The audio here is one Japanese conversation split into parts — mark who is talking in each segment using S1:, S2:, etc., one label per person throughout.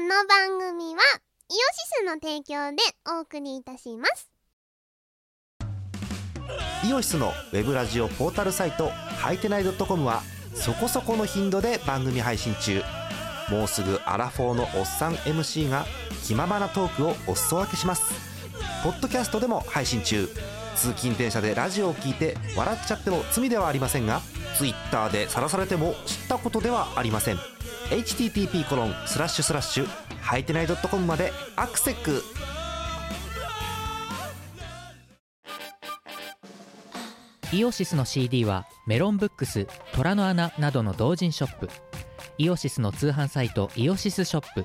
S1: の番組はイオシスの提供でお送りいたします
S2: イオシスのウェブラジオポータルサイトハイテナイドットコムはそこそこの頻度で番組配信中もうすぐアラフォーのおっさん MC が気ままなトークをお裾分けしますポッドキャストでも配信中通勤電車でラジオを聞いて笑っちゃっても罪ではありませんが Twitter で晒されても知ったことではありません http コロンスラッシュスラッシュはいてない .com までアクセック
S3: イオシスの CD はメロンブックス虎の穴などの同人ショップイオシスの通販サイトイオシスショップ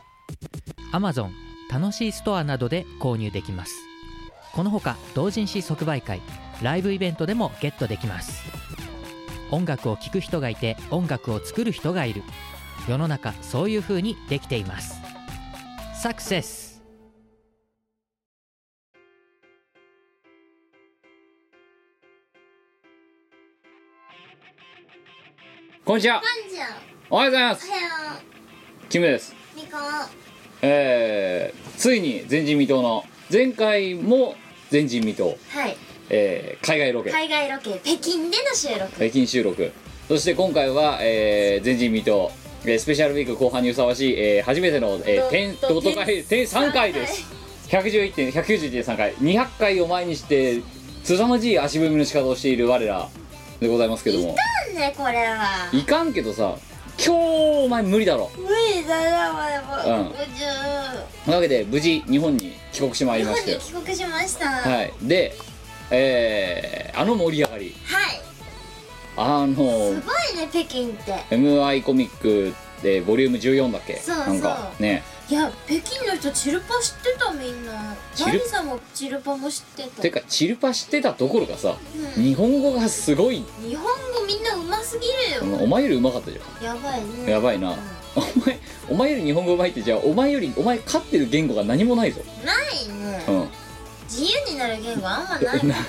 S3: Amazon 楽しいストアなどで購入できますこのほか同人誌即売会ライブイベントでもゲットできます音楽を聴く人がいて音楽を作る人がいる世の中そういう風にできていますサクセス
S4: こんにちは
S1: こんにちは
S4: おはようございま
S1: お
S4: す
S1: はよ
S4: キムです
S1: うみこ
S4: えー、ついに前人未到の前回も前人未到、
S5: はい、
S4: えー、海外ロケ、
S5: 海外ロケ北京での収録
S4: 北京収録そして今回は、えー、前人未到えースペシャルウィーク後半にふさわしい、えー、初めての、えー、
S5: ど
S4: 点
S5: ど
S4: ドット会点3回です111.191.3回200回を前にして凄まじい足踏みの仕方をしている我らでございますけども
S5: なんでこれはい
S4: かんけどさ今日お前無理だろ
S5: 無理だなま
S4: う
S5: だもう
S4: ん
S5: 宇宙
S4: というわけで無事日本に帰国してまいり
S5: 日
S4: まし
S5: 本
S4: た
S5: に
S4: よ
S5: 帰国しましたはい、
S4: はい、で、えーあの盛り上がりあの
S5: すごいね北京って
S4: MI コミックでボリューム14だっけ
S5: そうそう
S4: なんかね
S5: いや北京の人チルパ知ってたみんな
S4: チル
S5: マリさんもチルパも知ってた
S4: てかチルパ知ってたどころかさ、
S5: うん
S4: 日本語がすごい
S5: 日本語みんなうますぎるよ、
S4: お前よりうまかったじ
S5: やばい
S4: ゃん
S5: ね
S4: やばいな、お前お前より日本語うまいってじゃあお前よりお前勝ってる言語が何もないぞ
S5: ないね、
S4: うん、
S5: 自由になる言語あんま ないもん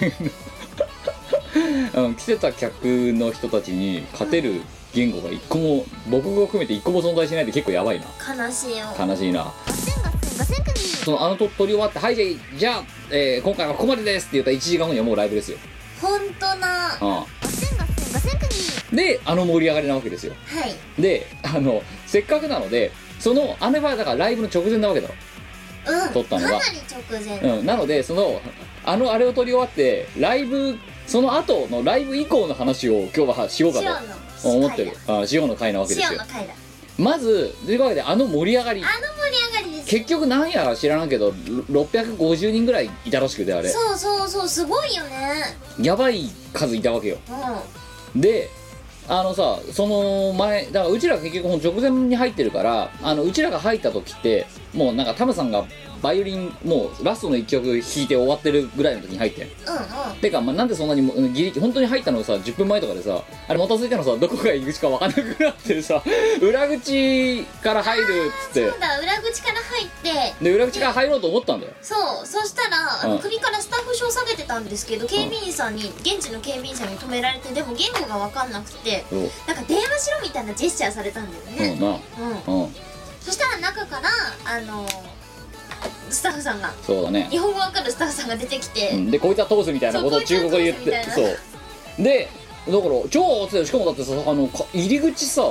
S4: うん、来てた客の人たちに勝てる言語が一個も僕語を含めて一個も存在しないで結構やばいな
S5: 悲しいよ
S4: 悲しいな
S1: 五千五千五千組
S4: そのあのと撮り終わって「はいじゃあじゃあ、えー今回はここまでです」って言った1時間後にはもうライブですよ、
S5: 本当なは
S4: う
S1: 五千五千五千組
S4: ん、であの盛り上がりなわけですよ
S5: い
S4: であのせっかくなのでそのあれはだからライブの直前なわけだろ、
S5: うん
S4: 撮ったの
S5: か
S4: が
S5: なり直前
S4: うん、なのでそのあのあれを撮り終わってライブその後のライブ以降の話を今日はしようか
S5: 塩の
S4: と思ってるあ塩の回なわけです
S5: 塩
S4: よ
S5: の回だ
S4: まずというわけであの盛り上がり
S5: あの盛り上がりです
S4: 結局なんやら知らんけど650人ぐらいいたらしくてあれ
S5: そうそうそうすごいよね
S4: やばい数いたわけよ
S5: うん
S4: であのさその前だからうちら結局もう直前に入ってるからあのうちらが入った時ってもうなんかタムさんがバイオリンもうラストの1曲弾いて終わってるぐらいの時に入ってん
S5: う
S4: てか、まあ、なんでそんなにもギリ本当に入ったのさ10分前とかでさあれもたついたのさどこが入り口か分かんなくなってさ 裏口から入るっつ
S5: んう
S4: っ
S5: んそうだ裏口から入って
S4: てで裏口から入ろうと思ったんだよ
S5: そうそしたらあの
S4: うん
S5: 首からスタッフ証下げてたんですけど警備員さんに現地の警備員さんに止められてでも言語が分かんなくて
S4: そう
S5: なんか電話しろみたいなジェスチャーされたんだよ
S4: う
S5: ね
S4: んな
S5: うん
S4: うん
S5: そしたら中からあのスタッフさんが
S4: そうだね
S5: 日本語わかるスタッフさんが出てきて、
S4: うんでこいつは通すみたいなことを中国語で言っ
S5: そうこい
S4: て
S5: つは通
S4: そ
S5: すみ
S4: うでだから超熱いよしかもだってさあのか入り口さ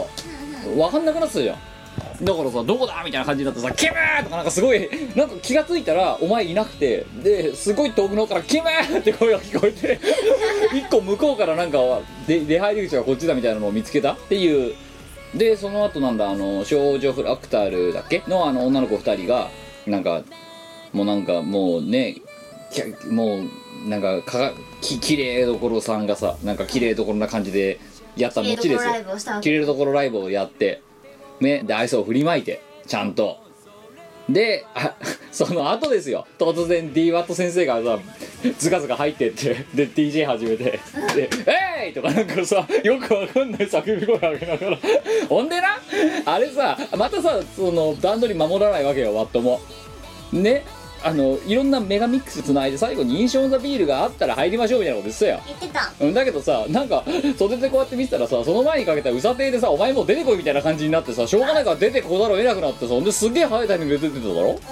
S4: 分かんなくなってたじゃんだからさどこだみたいな感じになってさ「キムー!」とかなんかすごいなんか気が付いたらお前いなくてですごい遠くの方から「キムー!」って声が聞こえ て一個向こうからなんかで出入り口がこっちだみたいなのを見つけたっていうでその後なんだあの少女フラクタルだっけのあの女の子2人がなんかもうなんかもうねきゃもうなんかかがき綺麗どころさんがさなんか綺麗どころな感じでやった後
S5: レー
S4: です
S5: ド
S4: よ
S5: コライブをしたわけ
S4: 切れるところライブをやってねで愛想を振りまいてちゃんとであ その後ですよ突然 DWAT 先生がさずかずか入ってってで DJ 始めてで「えい!」とかなんかさよくわかんない叫び声上げながらほんでなあれさまたさその段取り守らないわけよワットもねあのいろんなメガミックスつないで最後に「印象オンザビール」があったら入りましょうみたいなこと言ってたよ
S5: 言ってた
S4: うんだけどさなんか袖でこうやって見てたらさその前にかけたうさ亭でさお前もう出てこいみたいな感じになってさしょうがないから出てこざるを得なくなってさほんですげえ早いタイミングで出てただろ
S5: うんだか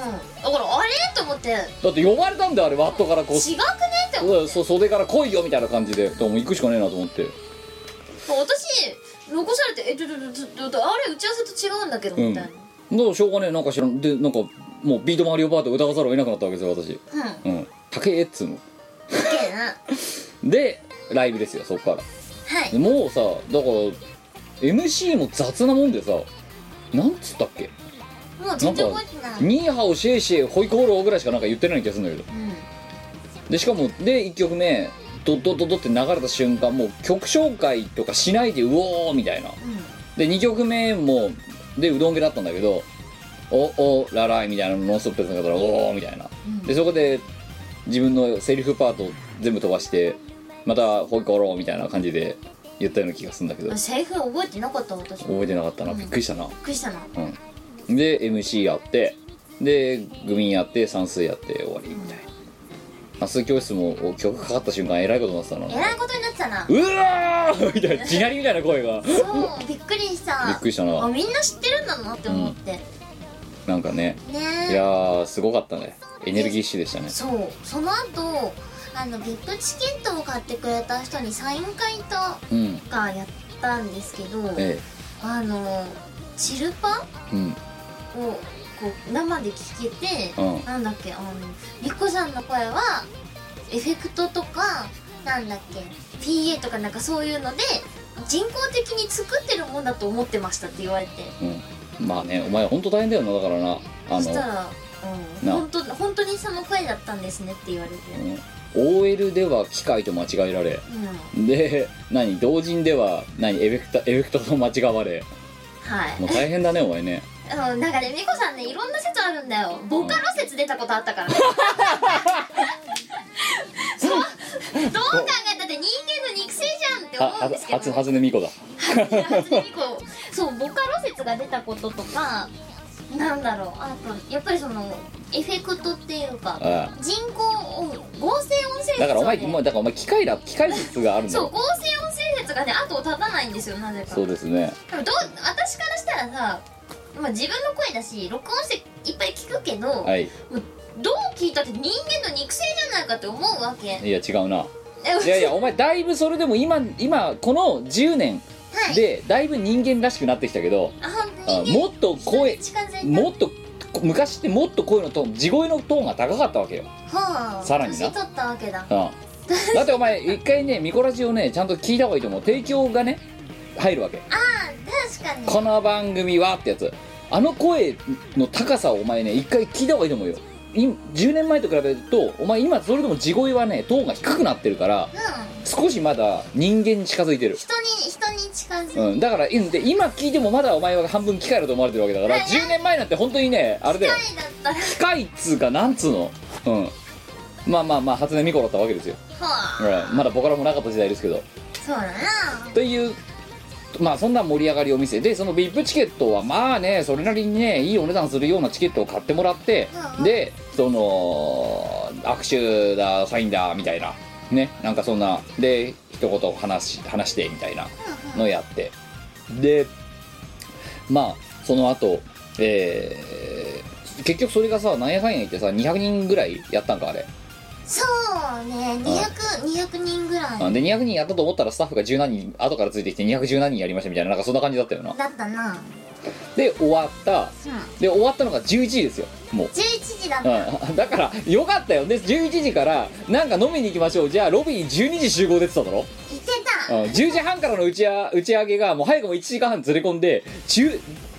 S5: らあれと思って違くね
S4: だって呼ばれたんだよあれワットからこう
S5: って思って
S4: そうそう袖から来いよみたいな感じででも行くしかねえなと思って
S5: 私残されて「えちょちょちょちょちょあれ打ち合わせと違うんだけど」みたいな
S4: どうしょうがねえなんか知らんでなんかもうビートマリオパート歌わざるを得なくなったわけですよ私
S5: うんだ
S4: うん高えっつうの
S5: けどなは
S4: でライブですよそっから
S5: い
S4: でもうさだから MC も雑なもんでさなんつったっけ
S5: もう全然覚えてない
S4: ニーハオシェイシェイホイコーローぐらいしかなんか言ってない気がするんだけど
S5: うん
S4: でしかもで1曲目ドッドッドッドって流れた瞬間もう曲紹介とかしないでうおーみたいなで2曲目もでうどん家だったんだけど「おおラライ」みたいなのノンストップでやったから「おお」みたいな
S5: うん
S4: でそこで自分のセリフパートを全部飛ばしてまた「ホイコーロー」みたいな感じで言ったような気がするんだけど
S5: うんセリフ覚えてなかった私びっ
S4: 覚えてなかったなびっくりしたな
S5: くりしたな
S4: うんで MC やってでグミンやって算数やって終わりみたいな算数教室もお曲かかった瞬間えらいことになってたな
S5: えらいことになってたな
S4: うわーみたいな地鳴りみたいな声がびっ
S5: そうびっくりした
S4: くりした
S5: あ
S4: な
S5: みんな知ってるんだなって思って、
S4: なんかねい
S5: ね
S4: やーすごかったねエネルギッシュでしたね
S5: えそうその後あの VIP チケットを買ってくれた人にサイン会と
S4: うん
S5: かやったんですけど、
S4: え
S5: あのチルパ
S4: えうん
S5: をこう生で聞けて、
S4: うん
S5: なんだっけあのりっこさんの声はエフェクトとかなんだっけ PA とかなんかそういうので人工的に作ってるもんだと思ってましたって言われて
S4: うんまあねお前ほんと大変だよなだからなあ
S5: そした
S4: の
S5: ら「うん
S4: な
S5: 本当本当にその声だったんですね」って言われて、
S4: うん OL では機械と間違えられ
S5: うん、
S4: で何同人では何エフェクトエフェクトと間違われ
S5: はい
S4: もう大変だねお前ね
S5: うんなんかねみこさんねいろんな説あるんだよボカロ説出たことあっ たからねそうどう考えたって人間の肉声じゃんって
S4: は
S5: 思うん
S4: は
S5: ですけど
S4: 初初音ミコだ
S5: 初音ミクそうボカロ説が出たこととかなんだろうあとやっぱりそのエフェクトっていうか
S4: ああ
S5: 人工音合成音声説をね
S4: だからお前もうだからお前機械だ機械術があるんだ
S5: そう
S4: よ
S5: 合成音声説がね後を絶たないんですよなぜか
S4: そうですね
S5: でもどう私からしたらさ、まあ、自分の声だし録音していっぱい聞くけど、
S4: はい
S5: どう聞いたって人間の肉声じゃないかって思うわけ
S4: いや違うないいやいやお前だいぶそれでも今今この10年
S5: はい
S4: でだいぶ人間らしくなってきたけど、
S5: あ本当
S4: あ
S5: に
S4: もっと声
S5: 近づいた
S4: もっと昔ってもっと声のトーン地声のトーンが高かったわけよ、
S5: はあ
S4: さらにな
S5: 年取ったわけだ
S4: うん、 だってお前一回ねミコラジをねちゃんと聞いた方がいいと思う提供がね入るわけ
S5: 確かに
S4: この番組はってやつあの声の高さをお前ね一回聞いた方がいいと思うよい10年前と比べるとお前今それでも地声はねトーンが低くなってるから
S5: うん
S4: 少しまだ人間に近づいてる、
S5: 人に人に近づいて、
S4: うん、だからいいんで今聞いてもまだお前は半分機械だと思われてるわけだから10年前なんて本当にねあれだよ
S5: 機械だったら
S4: 機械っつうかなんつうのうんまあまあまあ初音ミコだったわけですよ、
S5: はあ
S4: うんまだボカロもなかった時代ですけど
S5: そうだな
S4: というまあそんな盛り上がりを見せでその VIP チケットはまあねそれなりにねいいお値段するようなチケットを買ってもらって
S5: うん
S4: でその握手だサインだみたいなねなんかそんなで一言話し話してみたいなのやってでまあその後えー結局それがさなんやかんや言ってさ200人ぐらいやったんかあれ
S5: そうね200200人ぐらい
S4: あで200人やったと思ったらスタッフが10何人後からついてきて210何人やりましたみたいななんかそんな感じだったよな
S5: だったな、うん、
S4: で終わったで終わったのが11時ですよもう、
S5: 11時だった、
S4: うん、だからよかったよで11時からなんか飲みに行きましょうじゃあロビー12時集合出てただろ、
S5: 言って
S4: う
S5: た
S4: ん、10時半からの打ちや打ち上げがもう早くも1時間半ずれ込んで中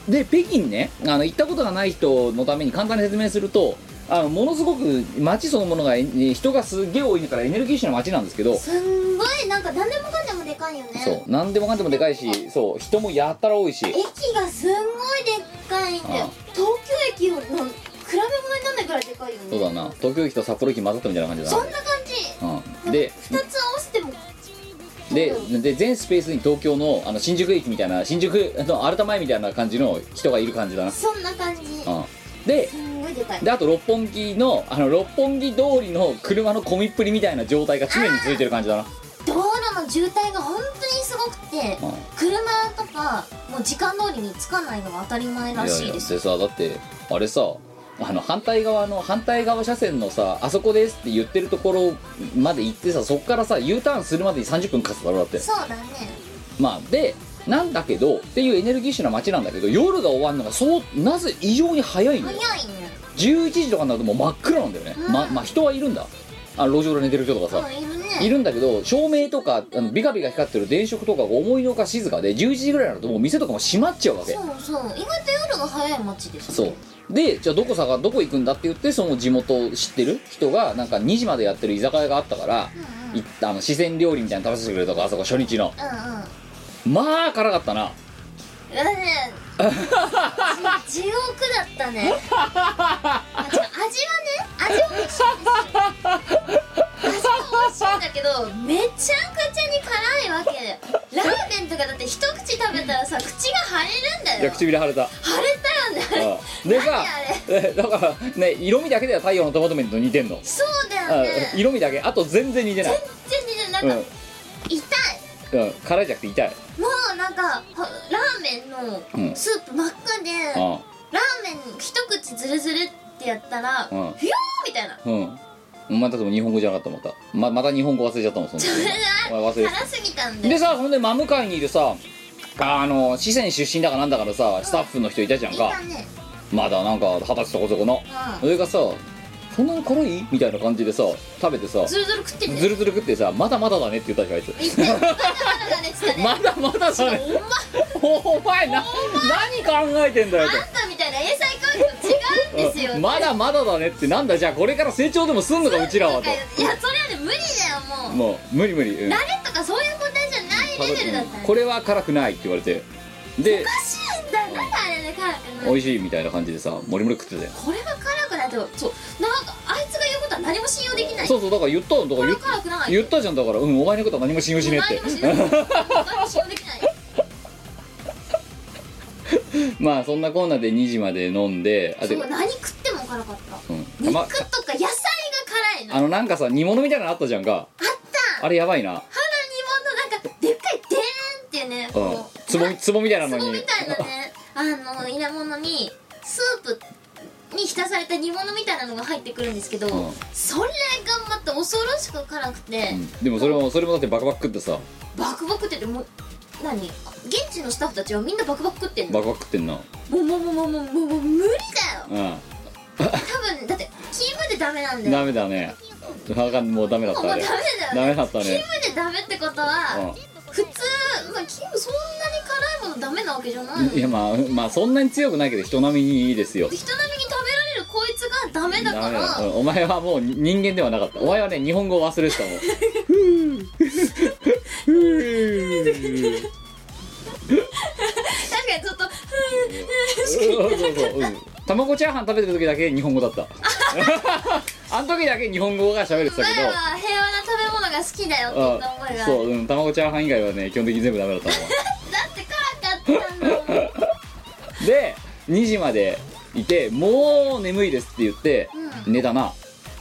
S4: で北京ねあの行ったことがない人のために簡単に説明するとあのものすごく街そのものがえ人がすげえ多いからエネルギッシュな街なんですけど
S5: すんごいなんか何でもかんでもでかいよね
S4: そう何でもかんでもでかいしそう人もやったら多いし
S5: 駅がすんごいでっかいんだ
S4: ああ
S5: よ東京駅の比べ物になんないくらいでかいよ
S4: そう
S5: ね
S4: だな東京駅と札幌駅混ざったみたいな感じだ
S5: そ
S4: なん
S5: な感じ
S4: うん、で
S5: 2つ合わせても
S4: でで全スペースに東京のあの新宿駅みたいな新宿の新た前みたいな感じの人がいる感じだな、
S5: そんな感じ
S4: うん、です
S5: んごいでかい
S4: であと六本木のあの六本木通りの車の混みっぷりみたいな状態が常に続いてる感じだな
S5: 道路の渋滞が本当にすごくて
S4: うん
S5: 車とかもう時間通りに着かないのが当たり前らしいです
S4: ややでさだってあれさあの反対側の反対側車線のさあそこですって言ってるところまで行ってさそこからさ U ターンするまでに30分かかっただろだって
S5: そうだね
S4: まあでなんだけどっていうエネルギッシュな街なんだけど夜が終わるのがそうなぜ異常に早いの
S5: 早
S4: よ
S5: いね
S4: 11時とかになるともう真っ暗なんだよね、
S5: うん
S4: ままあ人はいるんだあ路上で寝てる人とかさ、
S5: そういる
S4: い
S5: ね
S4: るんだけど照明とかあのビカビカ光ってる電飾とかが思いのほか静かで11時ぐらいになるともう店とかも閉まっちゃうわけ
S5: そうそう意外と夜が早い街ですね
S4: そうでじゃあどこさがどこ行くんだって言ってその地元知ってる人がなんか2時までやってる居酒屋があったから、
S5: うんうん
S4: 行ったあの四川料理みたいなの食べさせてくれるとかあそこ初日の
S5: うんうん
S4: まあ辛かったな
S5: だねじ地獄だったねあ違う味はね味は美味しいんですよ味は美味しいんだけどめちゃくちゃに辛いわけだよラーメンとかだって一口食べたらさ口が腫れるんだ
S4: いや
S5: よ
S4: 唇腫れ た
S5: 腫れたよね
S4: う
S5: あれ
S4: んでさえだからね色味だけでは太陽のトマトメンと似てんの、
S5: そうだよね
S4: うん色味だけあと全然似てない
S5: 全然なんか、
S4: うん
S5: 痛い
S4: うん、辛いじゃなくて痛い、
S5: もうなんかはラーメン
S4: うん
S5: のスープ真っ赤で、
S4: う
S5: ラーメン一口ズルズルってやったら、
S4: うん
S5: ふよーみたいな
S4: んうんお前だってもう日本語じゃなかったまたままた日本語忘れちゃったもんその
S5: それ
S4: お
S5: が
S4: 前忘れてた
S5: 辛すぎたんで
S4: でさほんで真向かいにいるさあの四川出身だかなんだからさスタッフの人いたじゃん
S5: い
S4: か
S5: たね
S4: まだなんか二十歳そこそこのそれがさそんなに辛いみたいな感じでさ食べてさ
S5: うんズルズル食ってね
S4: ずるずる食ってさまだまだだねって言ったじゃんあい
S5: 言っ
S4: つ
S5: てバカバカねっつったね
S4: まだまだだね
S5: お前
S4: お前な何考えてんだよ
S5: あんたみたいな英才教育と違うんですよ
S4: とまだまだだねってなんだじゃあこれから成長でもすんのかうちらは
S5: とか
S4: と
S5: いやそれはね無理だよもう
S4: もう無理無理、うん
S5: 誰とかそういう問題じゃないレベルだったね
S4: これは辛くないって言われてで
S5: おかしいんだよなんであれで辛くない
S4: 美味しいみたいな感じでさもりもり食ってたよ
S5: これは辛くないとそうなんかあいつが言うことは何も信用できない
S4: そうそうだから言ったのだか
S5: こ
S4: ら
S5: れ
S4: 言
S5: は辛くない
S4: 言ったじゃんだからうんお前のことは何も信用しねえ
S5: 何
S4: っ
S5: も信
S4: て
S5: 用できない何も信用できない
S4: まあそんなこんなで2時まで飲んであ
S5: そ
S4: て
S5: う何食っても辛かった
S4: うん
S5: 肉
S4: ま
S5: とか野菜が辛いの
S4: あのなんかさ煮物みたいなのあったじゃんか
S5: あった
S4: あれやばいな
S5: 花煮物なんかでっかいでーんっていうね
S4: うん
S5: こう
S4: 壺み壺みたいなの
S5: 壺み
S4: に
S5: たいな ねあの入れ物にスープに浸された煮物みたいなのが入ってくるんですけど、
S4: ん
S5: それがまた恐ろしく辛くて、
S4: うんでもそれもそれもだってバクバク食ってさ
S5: バクバクっててもう何現地のスタッフたちはみんなバクバク食ってんの
S4: バクバク食ってんな
S5: もうもうもうもうもうもうもう無 理だよ
S4: う
S5: 多分だってキームでダメなんだ
S4: ん
S5: よ
S4: ダメだねわかんもうダメだっ
S5: もうもう
S4: た
S5: ダ
S4: あ
S5: メ
S4: れ
S5: だよ
S4: ダ
S5: ね
S4: メだった
S5: キーム
S4: ね
S5: でダメってこと
S4: うん
S5: は普通まあキームそんなに辛いものダメなわけじゃないの
S4: いやまあまあそんなに強くないけど人並みにいいですよ
S5: 人並みに食べられるこいつがダメだか
S4: ダメだ
S5: ら
S4: うんお前はもう人間ではなかったお前はね日本語を忘れてたもん
S5: 確かにちょっとふ
S4: そうそうそううん卵チャーハン食べてる時だけ日本語だったあの時だけ日本語が喋れてた
S5: 前
S4: けど
S5: は平和な食べ物が好きだよって言った思いがあ
S4: そ
S5: る
S4: ううん卵チャーハン以外はね基本的に全部ダメだったの
S5: だって辛かったんだもん
S4: で2時までいてもう眠いですって言って
S5: う
S4: 寝たな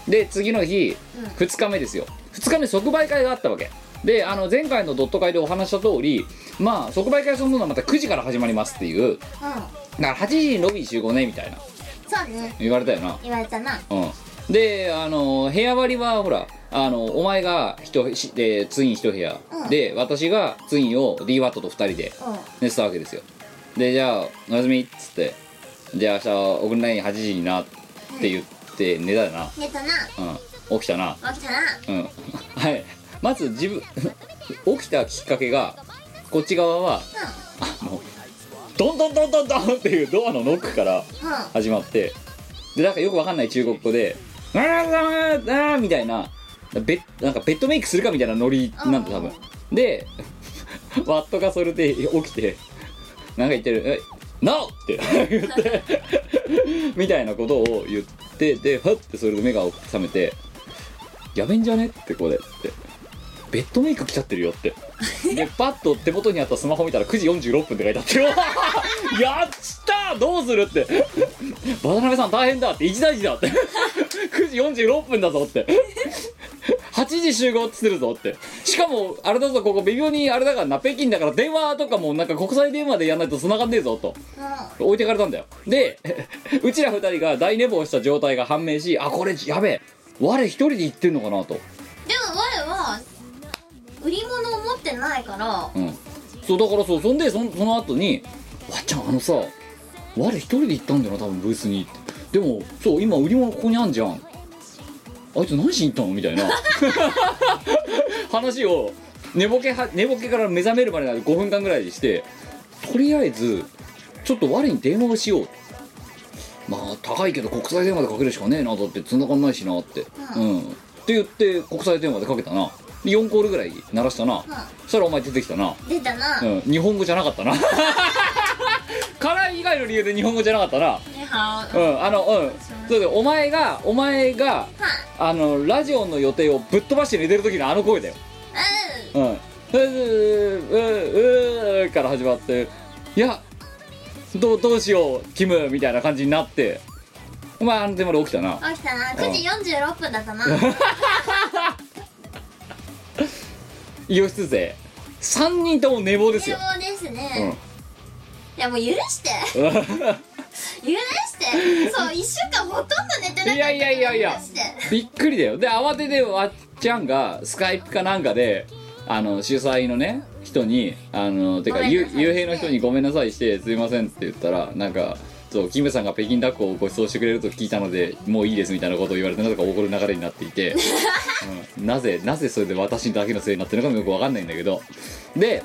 S4: で次の日
S5: うん
S4: 2日目ですよ2日目即売会があったわけであの前回のドット会でお話した通りまあ即売会そのものはまた9時から始まりますっていうだ
S5: うん
S4: から8時にロビー集合ねみたいな
S5: そうね
S4: 言われたよな
S5: 言われたな
S4: うん、であの部屋割りはほらあのお前が一しでツイン一部屋、
S5: うん
S4: で私がツインを DWAT と2人で
S5: うん
S4: 寝てたわけですよでじゃあおやすみっつってじゃあ明日送んない8時になって言って寝たよな、
S5: 寝たな
S4: うん、起きたな
S5: 起きたな
S4: うん はいまず自分 起きたきっかけがこっち側はあのドンドンドンドンドンっていうドアのノックから
S5: うんうん
S4: 始まってでなんかよくわかんない中国語で「あーあーあーみたいなベなんかベッドメイクするかみたいなノリなんだ多分で ワットがそれで起きてなんか言ってるえ「NO!」って言ってみたいなことを言ってでふってそれで目が覚めて「やべんじゃね?」ってこれってベッドメイク来ちゃってるよってでパッと手元にあったスマホ見たら9時46分って書いてあってやっちたーどうするって渡辺さん大変だって一大事だって9時46分だぞって8時集合ってするぞってしかもあれだぞここ微妙にあれだからな北京だから電話とかもなんか国際電話でやんないと繋がんねえぞと置いてかれたんだよでうちら二人が大寝坊した状態が判明しあこれやべえ我一人で行ってんのかなと
S5: でも我は売り物を持ってないから
S4: うんそうだからそうそんでそんその後に「わっちゃんあのさ我一人で行ったんだよな多分ブースに」でもそう今売り物ここにあんじゃんあいつ何しに行ったの?」みたいな 話を寝ぼけは寝ぼけから目覚めるまでなんで5分間ぐらいにしてとりあえずちょっと我に電話をしようまあ高いけど国際電話でかけるしかねえなだって繋がんないしなってうんって言って国際電話でかけたなで4コールぐらい鳴らしたな、そしたらお前出てきたな
S5: 出たな、
S4: うん、日本語じゃなかった なから以外の理由で日本語じゃなかったな
S5: ねは
S4: う
S5: は
S4: んあのうんそうだよお前がお前があのラジオの予定をぶっ飛ばして寝てる時のあの声だよ
S5: う
S4: うん「うーうーうー」から始まって「いやどうどうしようキム」みたいな感じになってお前あの電話で起きたなん
S5: 起きたな9時46分だったな
S4: 医療室勢3人とも寝坊です
S5: 希
S4: よ、
S5: 望です
S4: う
S5: ね
S4: ん、
S5: いやもう許 して許してそう1週間ほとんど寝てなかったから
S4: いやいやいやいや
S5: 許して
S4: びっくりだよで慌ててわっちゃんがスカイプかなんかであの主催のね人にあのてか
S5: ごめんな
S4: ゆ
S5: さい
S4: 幽閉の人に「ごめんなさい」して「すいません」って言ったらなんかそうキムさんが北京ダックをご馳走してくれると聞いたのでもういいですみたいなことを言われてなぜか怒る流れになってい て、うんなぜなぜそれで私だけのせいになってるのかもよくわかんないんだけどで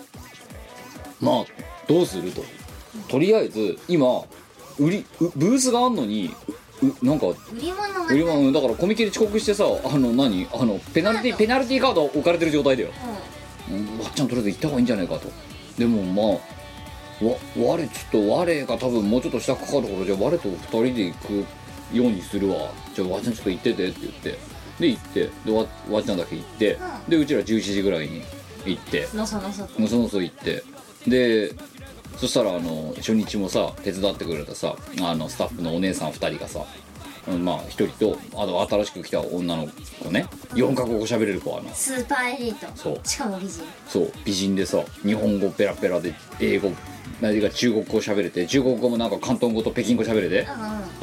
S4: まあどうするととりあえず今売りうブースがあんのにううなんか
S5: 売り物が
S4: 売り物うんだからコミケで遅刻してさあの何あのペナルティペナルティーカード置かれてる状態だよ、うん、わっちゃんとりあえず行った方がいいんじゃないかとでもまあわ我ちょっと我が多分もうちょっと下かかるからじゃあ我と二人で行くようにするわじゃあわっちゃんちょっと行っててって言ってで行ってでわわっちゃんだけ行って、でうちら11時ぐらいに行って
S5: のそのそと
S4: のそのそ行ってでそしたらあの初日もさ手伝ってくれたさあのスタッフのお姉さん2人がさうんまあ1人とあと新しく来た女の子ね4か国語喋れる子はな
S5: スーパーエリート
S4: そう
S5: しかも美人
S4: そう美人でさ日本語ペラペラで英語何か中国語喋れて中国語もなんか広東語と北京語喋れて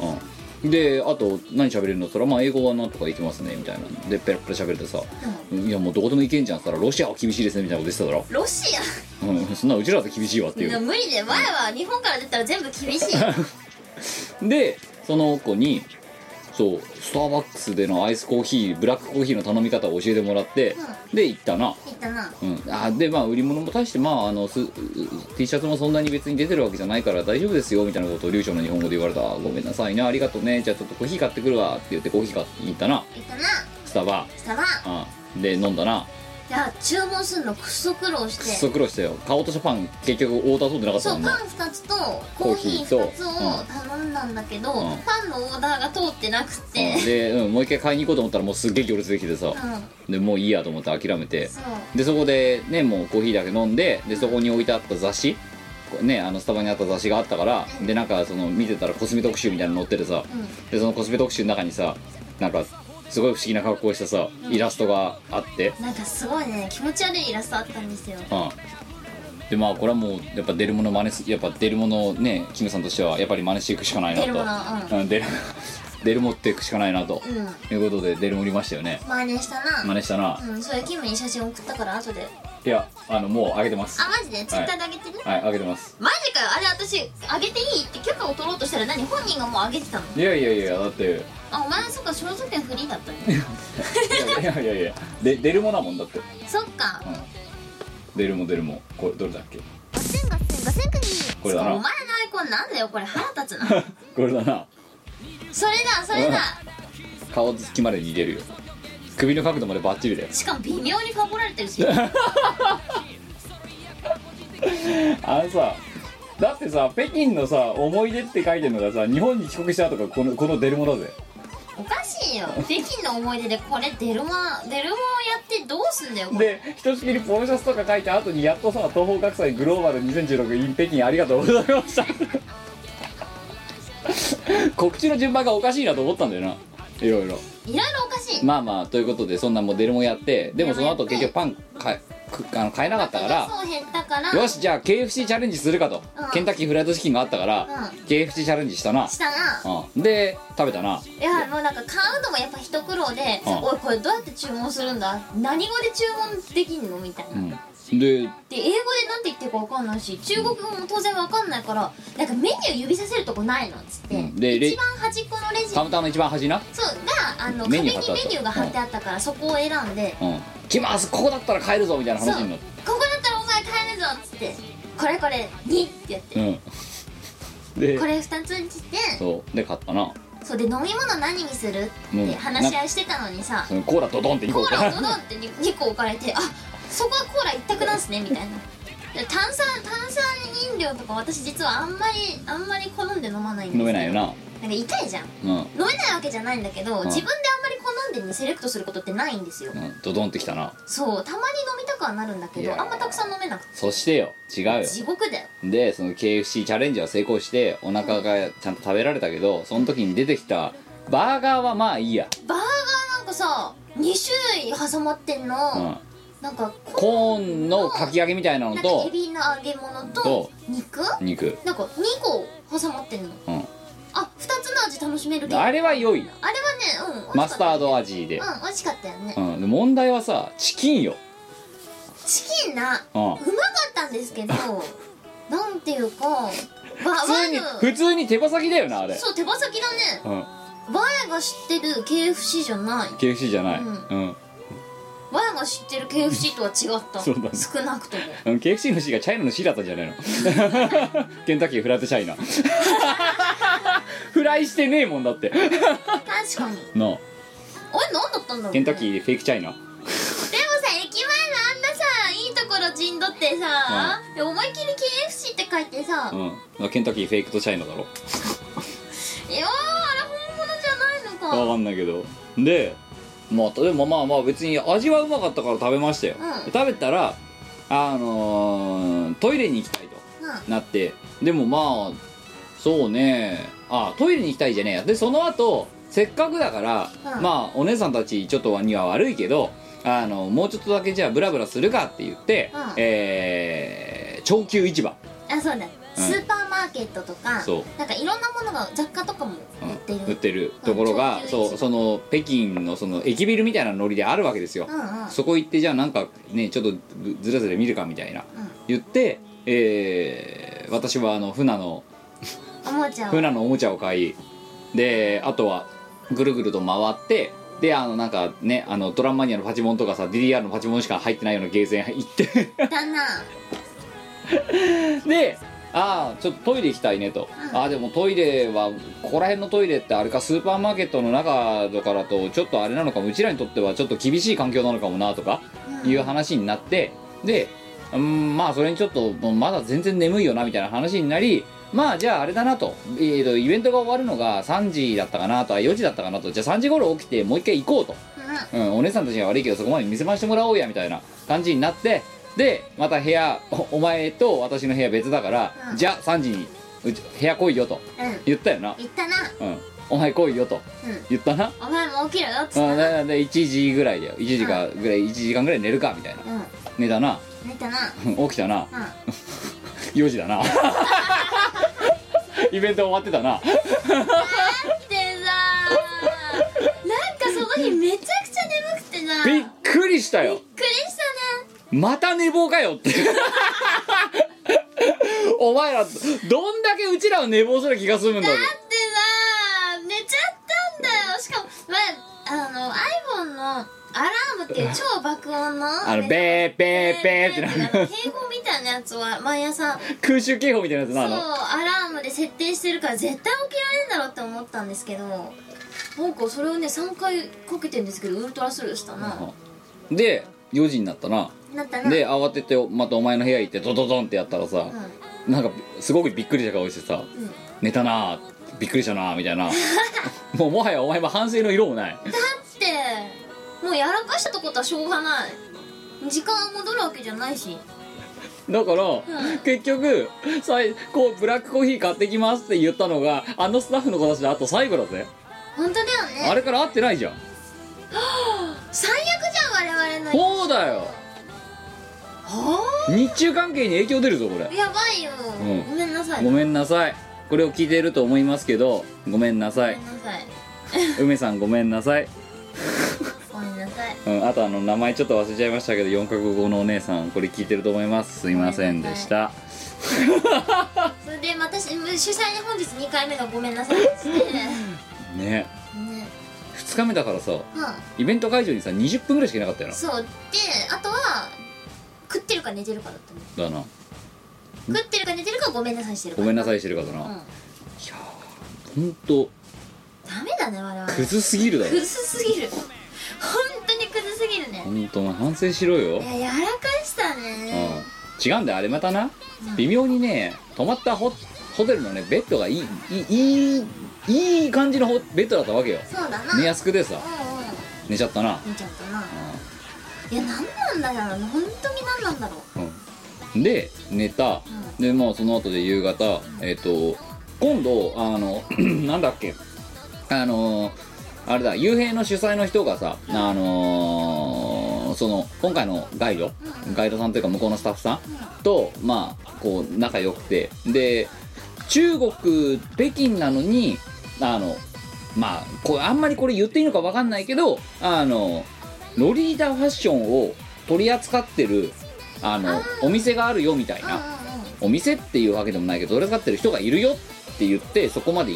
S5: うんうん
S4: うん、であと何喋れるのって言ったら「まあ、英語はなんとかいけますね」みたいなでペラペラ喋れてさ「いやもうどこでもいけんじゃん」って言ったら「ロシアは厳しいですね」みたいなこと言って
S5: ロシア
S4: たから「うんそんなうちらだって厳しいわ」っていう
S5: いや無理で前は日本から出たら全部厳しい
S4: でその子にそうスターバックスでのアイスコーヒーブラックコーヒーの頼み方を教えてもらって、で行ったな
S5: 言ったな
S4: うん、あでまあ売り物も大してまああのすう T シャツもそんなに別に出てるわけじゃないから大丈夫ですよみたいなことを流暢の日本語で言われたあごめんなさいねありがとうねじゃあちょっとコーヒー買ってくるわって言ってコーヒー買って行ったな
S5: 言ったな
S4: スタバ、
S5: したら
S4: うん、で飲んだない
S5: や注文するのクソ苦労し
S4: く
S5: て
S4: っそ苦労したよ買おうとしたパン結局オーダー取ってなかった
S5: そ
S4: も
S5: うんパ
S4: な
S5: ン2つとコーヒー
S4: コー
S5: 2
S4: ヒ
S5: つ
S4: ー
S5: を
S4: と
S5: 頼んだんだけど、
S4: うん
S5: パンのオーダーが通ってなくて
S4: うんで、うん、もう一回買いに行こうと思ったらもうすっげえ行列できてさ、
S5: うん、
S4: でもういいやと思って諦めて
S5: そう
S4: でそこでねもうコーヒーだけ飲んででそこに置いてあった雑誌こうねあのスタバにあった雑誌があったからでなんかその見てたらコスメ特集みたいなの載っててさ、
S5: ん
S4: でそのコスメ特集の中にさなんかすごい不思議な格好をしたさイラストがあって、
S5: なんかすごいね気持ち悪いイラストあったんですよ
S4: うん、でまあこれはもうやっぱ出るもの真似すやっぱ出るものをねキムさんとしてはやっぱり真似していくしかないなと
S5: 出るもの
S4: うん出る出る持っていくしかないなと、
S5: うん
S4: いうことで出るもりましたよね
S5: 真似したな
S4: 真似したな、
S5: うんそれキムに写真送ったから後で
S4: いやあのもうあげてます
S5: あマジでツイッターであげてる、
S4: はいあげてます
S5: マジかよあれ私あげていいって許可を取ろうとしたら何本人がもうあげてたの
S4: いやいやいやだってい
S5: あお前そっか肖像権フリーだったね
S4: やいやいやいやで出るもだもんだって、うん、
S5: そっか
S4: 出るも出るもこれどれだっけ
S1: ガセンガセンガセンクニー
S4: これだ
S5: お前の
S4: な
S5: アイコンなんだよこれ腹立 つな
S4: これだな
S5: それだそれだ
S4: 顔つきまで似てるよ首の角度までバッチリだよ
S5: しかも微妙にファボられてるし
S4: あのさだってさ北京のさ「思い出」って書いてるのがさ日本に帰国した後がこのこの出るもだぜ
S5: おかしいよ北京の思い出でこれデルマデルマをやってどうすんだよこれ
S4: でひとしきりポロシャツとか書いた後にやっとさ東方学祭グローバル2016 in 北京ありがとうございました 告知の順番がおかしいなと思ったんだよないろいろ
S5: いろいろおかしい、
S4: まあまあということでそんなモデルもやってでもその後
S5: モデ
S4: 結
S5: ルやっ
S4: 局パン買えくあの買えなかったから
S5: そう減ったから
S4: よしじゃあ KFC チャレンジするかと、
S5: うん
S4: ケンタッキーフライドチキンがあったから、
S5: う
S4: KFC チャレンジしたな、
S5: したな
S4: うん、で食べたない
S5: やもうなんか買うのもやっぱ一苦労で、
S4: うん
S5: おいこれどうやって注文するんだ何語で注文できんのみたいな、で
S4: うんで
S5: 英語でなんて言ってるか分かんないし中国語も当然分かんないからなんかメニュー指させるとこないのっつって、
S4: うんでレ
S5: 一番端っこのレジ
S4: カウンターの一番端な
S5: そうがあの
S4: メ
S5: 壁
S4: ニ
S5: に
S4: ュ
S5: メ
S4: ー貼ってあった
S5: ニューが貼ってあったから、そこを選んで、
S4: うん来ますここだったら帰るぞみたいな
S5: そう
S4: 話になっ
S5: ここだったらお前買えるぞっつってこれこれにってやって
S4: てうんで
S5: これ2つにして
S4: そうで買ったな
S5: そうで飲み物何にする
S4: う
S5: っ
S4: ん
S5: て話し合いしてたのにさ、
S4: そのコーラドドンって2個
S5: コ
S4: 置
S5: ー
S4: か
S5: ラ
S4: ら
S5: をドドンって2個置かれてあそこはコーラ一択なんすねみたいなで炭酸炭酸飲料とか私実はあんまりあんまり好んで飲まないんです
S4: 飲めないよな
S5: なんか痛いじゃん
S4: うん
S5: 飲めないわけじゃないんだけど、
S4: うん
S5: 自分であんまり好んでにセレクトすることってないんですよ、
S4: うんドドンってきたな
S5: そうたまに飲みたくはなるんだけ
S4: い
S5: ど
S4: やー
S5: あんまたくさん飲めなくて
S4: そしてよ違うよ
S5: 地獄だよ
S4: でその KFC チャレンジは成功してお腹がちゃんと食べられたけどその時に出てきたバーガーはまあいいや、
S5: バーガーなんかさ2種類挟まってんの、
S4: うん、
S5: なんかこ
S4: コーンのかき揚げみたいな
S5: う
S4: の
S5: なんかエ
S4: と
S5: ビの揚げ物と
S4: と
S5: 肉
S4: 肉、
S5: なんか2個挟まってんの
S4: う
S5: あ二2つの味楽しめるけ
S4: ん、
S5: ど
S4: あれは良い
S5: あれはね、うん、
S4: マスター
S5: ド。
S4: ド味で、
S5: うん、美味しかったよね
S4: う。ん、で問題はさチキンよ、
S5: チキンな、う
S4: うん
S5: ま、かったんです けど、なんていうか、わ
S4: 普通に
S5: わの
S4: 普通に手羽先だよなあれ
S5: そう、手羽先だね。
S4: うん、
S5: わやが知ってる KFC じゃない。
S4: KFC じゃない、
S5: う
S4: うんん
S5: わやが知ってる KFC とは違った。
S4: そうだね
S5: 少なくとも。
S4: うん、KFC の C がチャイナの C だったんじゃないの ケンタッキーフラットチャイナ フライしてねえもんだって
S5: 確かに。
S4: なあ
S5: おい、なんだったんだろう、ね。
S4: ケンタッキーフェイクチャイナ
S5: でもさ、駅前のあんなさ、いいところ陣取ってさ、で思いっきり KFC って書いてさ、
S4: うんケンタッキーフェイクとチャイナだろ
S5: いやー、あれ本物じゃないのか。
S4: わかんないけどでまあでもまあまあ別に味はうまかったから食べましたよ、
S5: うん
S4: 食べたらあのートイレに行きたいとなってでもまあそうねあトイレに行きたいじゃねえやでその後せっかくだから、
S5: うん
S4: まあお姉さんたちちょっとには悪いけどあのもうちょっとだけじゃあブラブラするかって言って、
S5: うん
S4: えー、長久市場
S5: あそうだ、スーパーマーケットとか
S4: そう
S5: なんかいろんなものが雑貨とかも売ってる、
S4: 売ってるところが、
S5: うん
S4: そうその北京のその駅ビルみたいなノリであるわけですよ、
S5: うんうん
S4: そこ行ってじゃあなんかねちょっとずらずら見るかみたいな、言って、えー私はあの船の
S5: おもちゃを
S4: 船のおもちゃを買いであとはぐるぐると回ってであのなんかねあのドラマニアのパチモンとかさ DDR のパチモンしか入ってないようなゲーセン行って
S5: だな
S4: でああちょっとトイレ行きたいねと、
S5: うん
S4: ああでもトイレはここら辺のトイレってあれかスーパーマーケットの中だからとちょっとあれなのかもうちらにとってはちょっと厳しい環境なのかもなとか
S5: うん
S4: いう話になってでうんまあそれにちょっともうまだ全然眠いよなみたいな話になりまあじゃああれだなと,、えーとイベントが終わるのが3時だったかなとか4時だったかなとじゃあ3時頃起きてもう一回行こうと、うん、お姉さんたちには悪いけどそこまで見せましてもらおうやみたいな感じになってでまた部屋おお前と私の部屋別だから、
S5: うん
S4: じゃあ3時にうち部屋来いよと
S5: うんうん
S4: 言ったよな、
S5: 言ったな
S4: うん、お前来いよと
S5: う
S4: 言ったな、
S5: んお前も起きろよっつった
S4: うん、
S5: な
S4: でで1時ぐらいだよ1時かぐらい1時間ぐらい寝るかみたいな
S5: うん
S4: 寝たな
S5: 寝たな
S4: 起きたな
S5: うん
S4: 4時だな イベント終わってたな
S5: でさ なんかその日めちゃくちゃ眠くてな
S4: びっ
S5: びっ
S4: くりしたよ
S5: くりしたね
S4: また寝坊かよって お前らどんだけうちらを寝坊する気が済むんだぞ
S5: だってさ寝ちゃったんだよしかも、まあ、あの iPhone のアラームっていう超爆音の
S4: あのベーベーベーってな
S5: 警
S4: る
S5: 報みたいなやつは毎朝
S4: 空襲警報みたいなやつ
S5: そ
S4: な
S5: う
S4: あの
S5: アラームで設定してるから絶対起きられんだろうって思ったんですけどなんかそれをね3回かけてんですけどウルトラスルーしたな
S4: で4時になったな
S5: なったな
S4: で慌ててまたお前の部屋行ってドドドンってやったらさ
S5: うん、
S4: なんかすごくびっくりした顔してさ
S5: うん、だ
S4: 寝たなあびっくりしたなあみたい なもうもはやお前も反省の色もない
S5: ってもうやらかしたとことはしょうがない時間は戻るわけじゃないし
S4: だから結局さいこうブラックコーヒー買ってきますって言ったのがあのスタッフの子たちであと最後だぜ
S5: 本当だよね
S4: あれから会ってないじゃん
S5: 最悪じゃん我々の
S4: そうだよ
S5: は
S4: 日中関係に影響出るぞこれ
S5: あやばいよ、
S4: ん
S5: ごめんなさい
S4: ご
S5: ご
S4: めんなさいこれを聞いてると思いますけどごめんなさ
S5: め
S4: い
S5: んなさい
S4: 梅さんごめんなさい、
S5: ごめんなさい
S4: うん、あとあの名前ちょっと忘れちゃいましたけど4か国語のお姉さんこれ聞いてると思いますすいませんでした
S5: それで私主催に本日2回目のごめんなさいですね
S4: ね
S5: ね
S4: 2日目だからさ
S5: まあ
S4: イベント会場にさ20分ぐらいしかいなかったよ
S5: そうであとは食ってるか寝てるかだったの
S4: なだな
S5: 食ってるか寝てるかごめんなさいしてるか
S4: ごめんな
S5: う
S4: さいしてるからな、
S5: ん
S4: いやーほんと
S5: ダメだね我々
S4: クズすぎるだろ
S5: クズすぎる本当にクズすぎるね
S4: ほんとお前反省しろよ、
S5: いややらかした
S4: うん
S5: ね、
S4: 違うんだよあれまたな
S5: うん
S4: 微妙にね泊まったホホテルのねベッドがいいいいいいいい感じのホベッドだったわけよ
S5: そうだな
S4: 寝やすくてさ
S5: うんうん
S4: 寝ちゃったな、
S5: 見ちゃったな
S4: うん
S5: いや何なんだろう本当に何なんだろう
S4: うん、で寝た、
S5: う
S4: でまあその後で夕方えっ、と今度あの なんだっけあのあれだ幽閉の主催の人がさあのその今回のガイド
S5: うん
S4: ガイドさんというか向こうのスタッフさんとまあこう仲良くてで中国北京なのにあのまあこれあんまりこれ言っていいのか分かんないけどあのロリータファッションを取り扱ってるあのお店があるよみたいな
S5: う
S4: お店っていうわけでもないけど取り扱ってる人がいるよって言ってそこまで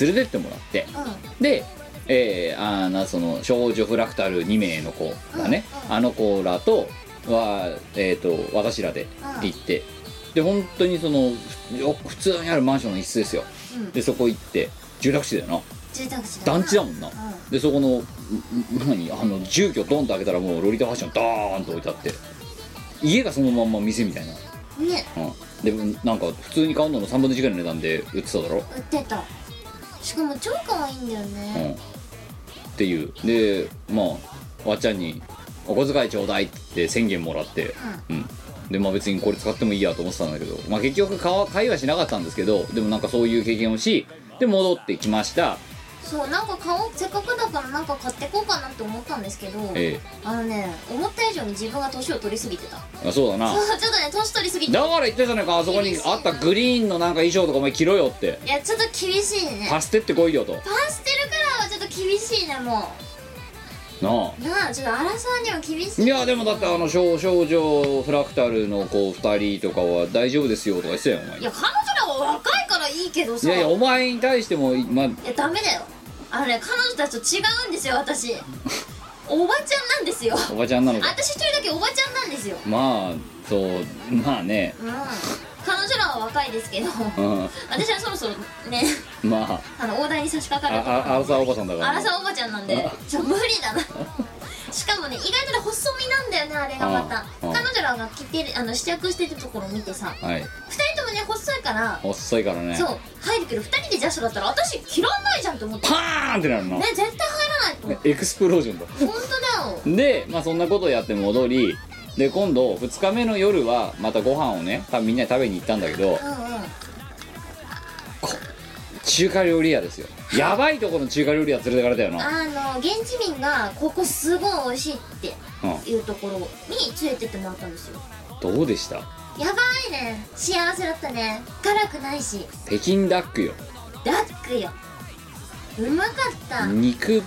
S4: 連れてってもらって
S5: んうんうんうん
S4: で、えーあーなその少女フラクタル2名の子がね、
S5: うんうん
S4: あの子らとは、えー、と私らで
S5: うん
S4: 行って、で本当にそのふよ普通にあるマンションの一室ですよ
S5: うん
S4: でそこ行って住宅地だよな
S5: 住宅地だな
S4: 団地だもんな、
S5: う
S4: でそこのんん何あの住居ドンと開けたらもうロリタファッションドーンと置いてあって家がそのまんま店みたいな、
S5: んね
S4: うん、でなんか普通に買うのの3分の1ぐらいの値段で売ってただろ
S5: 売ってたしかも超可愛いんだよ
S4: うん、
S5: ね
S4: っていうでまあわっちゃんに「お小遣いちょうだい」って宣言もらって、うん、でまあ別にこれ使ってもいいやと思ってたんだけど、まあ、結局買わ買いはしなかったんですけどでもなんかそういう経験をしで戻ってきました、
S5: そうなんか顔せっかくだからなんか買ってこうかなって思ったんですけど
S4: え
S5: あのね思った以上に自分が年を取りすぎてた
S4: えあそうだな
S5: そうちょっとね年取りすぎて
S4: だから言ってたのかあそこにあったグリーンのなんか衣装とかお前着ろよって
S5: いやちょっと厳しいね
S4: パステってこいよと
S5: パステルカラーはちょっと厳しいねも
S4: なあ
S5: うなあちょっとアラサーには厳しい
S4: いやでもだってあの少少女フラクタルの子2人とかは大丈夫ですよとか言ってたよお前
S5: いや彼女らは若いからいいけど
S4: い
S5: さ
S4: やいやお前に対してもまあ
S5: いやダメだよあのね彼女たちと違うんですよ私おばちゃんなんですよ
S4: おばちゃんなのか
S5: 私一人だけおばちゃんなんですよ
S4: まあそうまあね
S5: うん彼女らは若いですけど
S4: うん
S5: 私はそろそろね
S4: まあ
S5: あの大台に差し掛
S4: あ
S5: かるとこ
S4: あアラサーおばさんだか
S5: ア
S4: ら
S5: ラサーおばちゃんなんでちょ無理だなしかもね意外とね細身なんだよねあれがまた
S4: うん
S5: 彼女らが着てるあの試着してるところを見てさ
S4: はい
S5: 2人ともね細いから
S4: 遅いからね
S5: そう入るけど2人でジャストだったら私着らんないじゃんと思ってね
S4: パーンってなるの
S5: 絶対入らないと思って
S4: エクスプロージョンだ
S5: 本当だよ
S4: でまあそんなことやって戻りで今度2日目の夜はまたご飯をねたみんなで食べに行ったんだけど
S5: うんうん
S4: 中華料理屋ですよやばいとこの中華料理屋連れてかれたよな、
S5: あの現地民がここすごい美味しいっ
S4: う
S5: ていうところに連れてってもらったんですよ
S4: ん、どうでした
S5: やばいね幸せだったね辛くないし
S4: 北京ダックよ
S5: ダックようまかった、
S4: 肉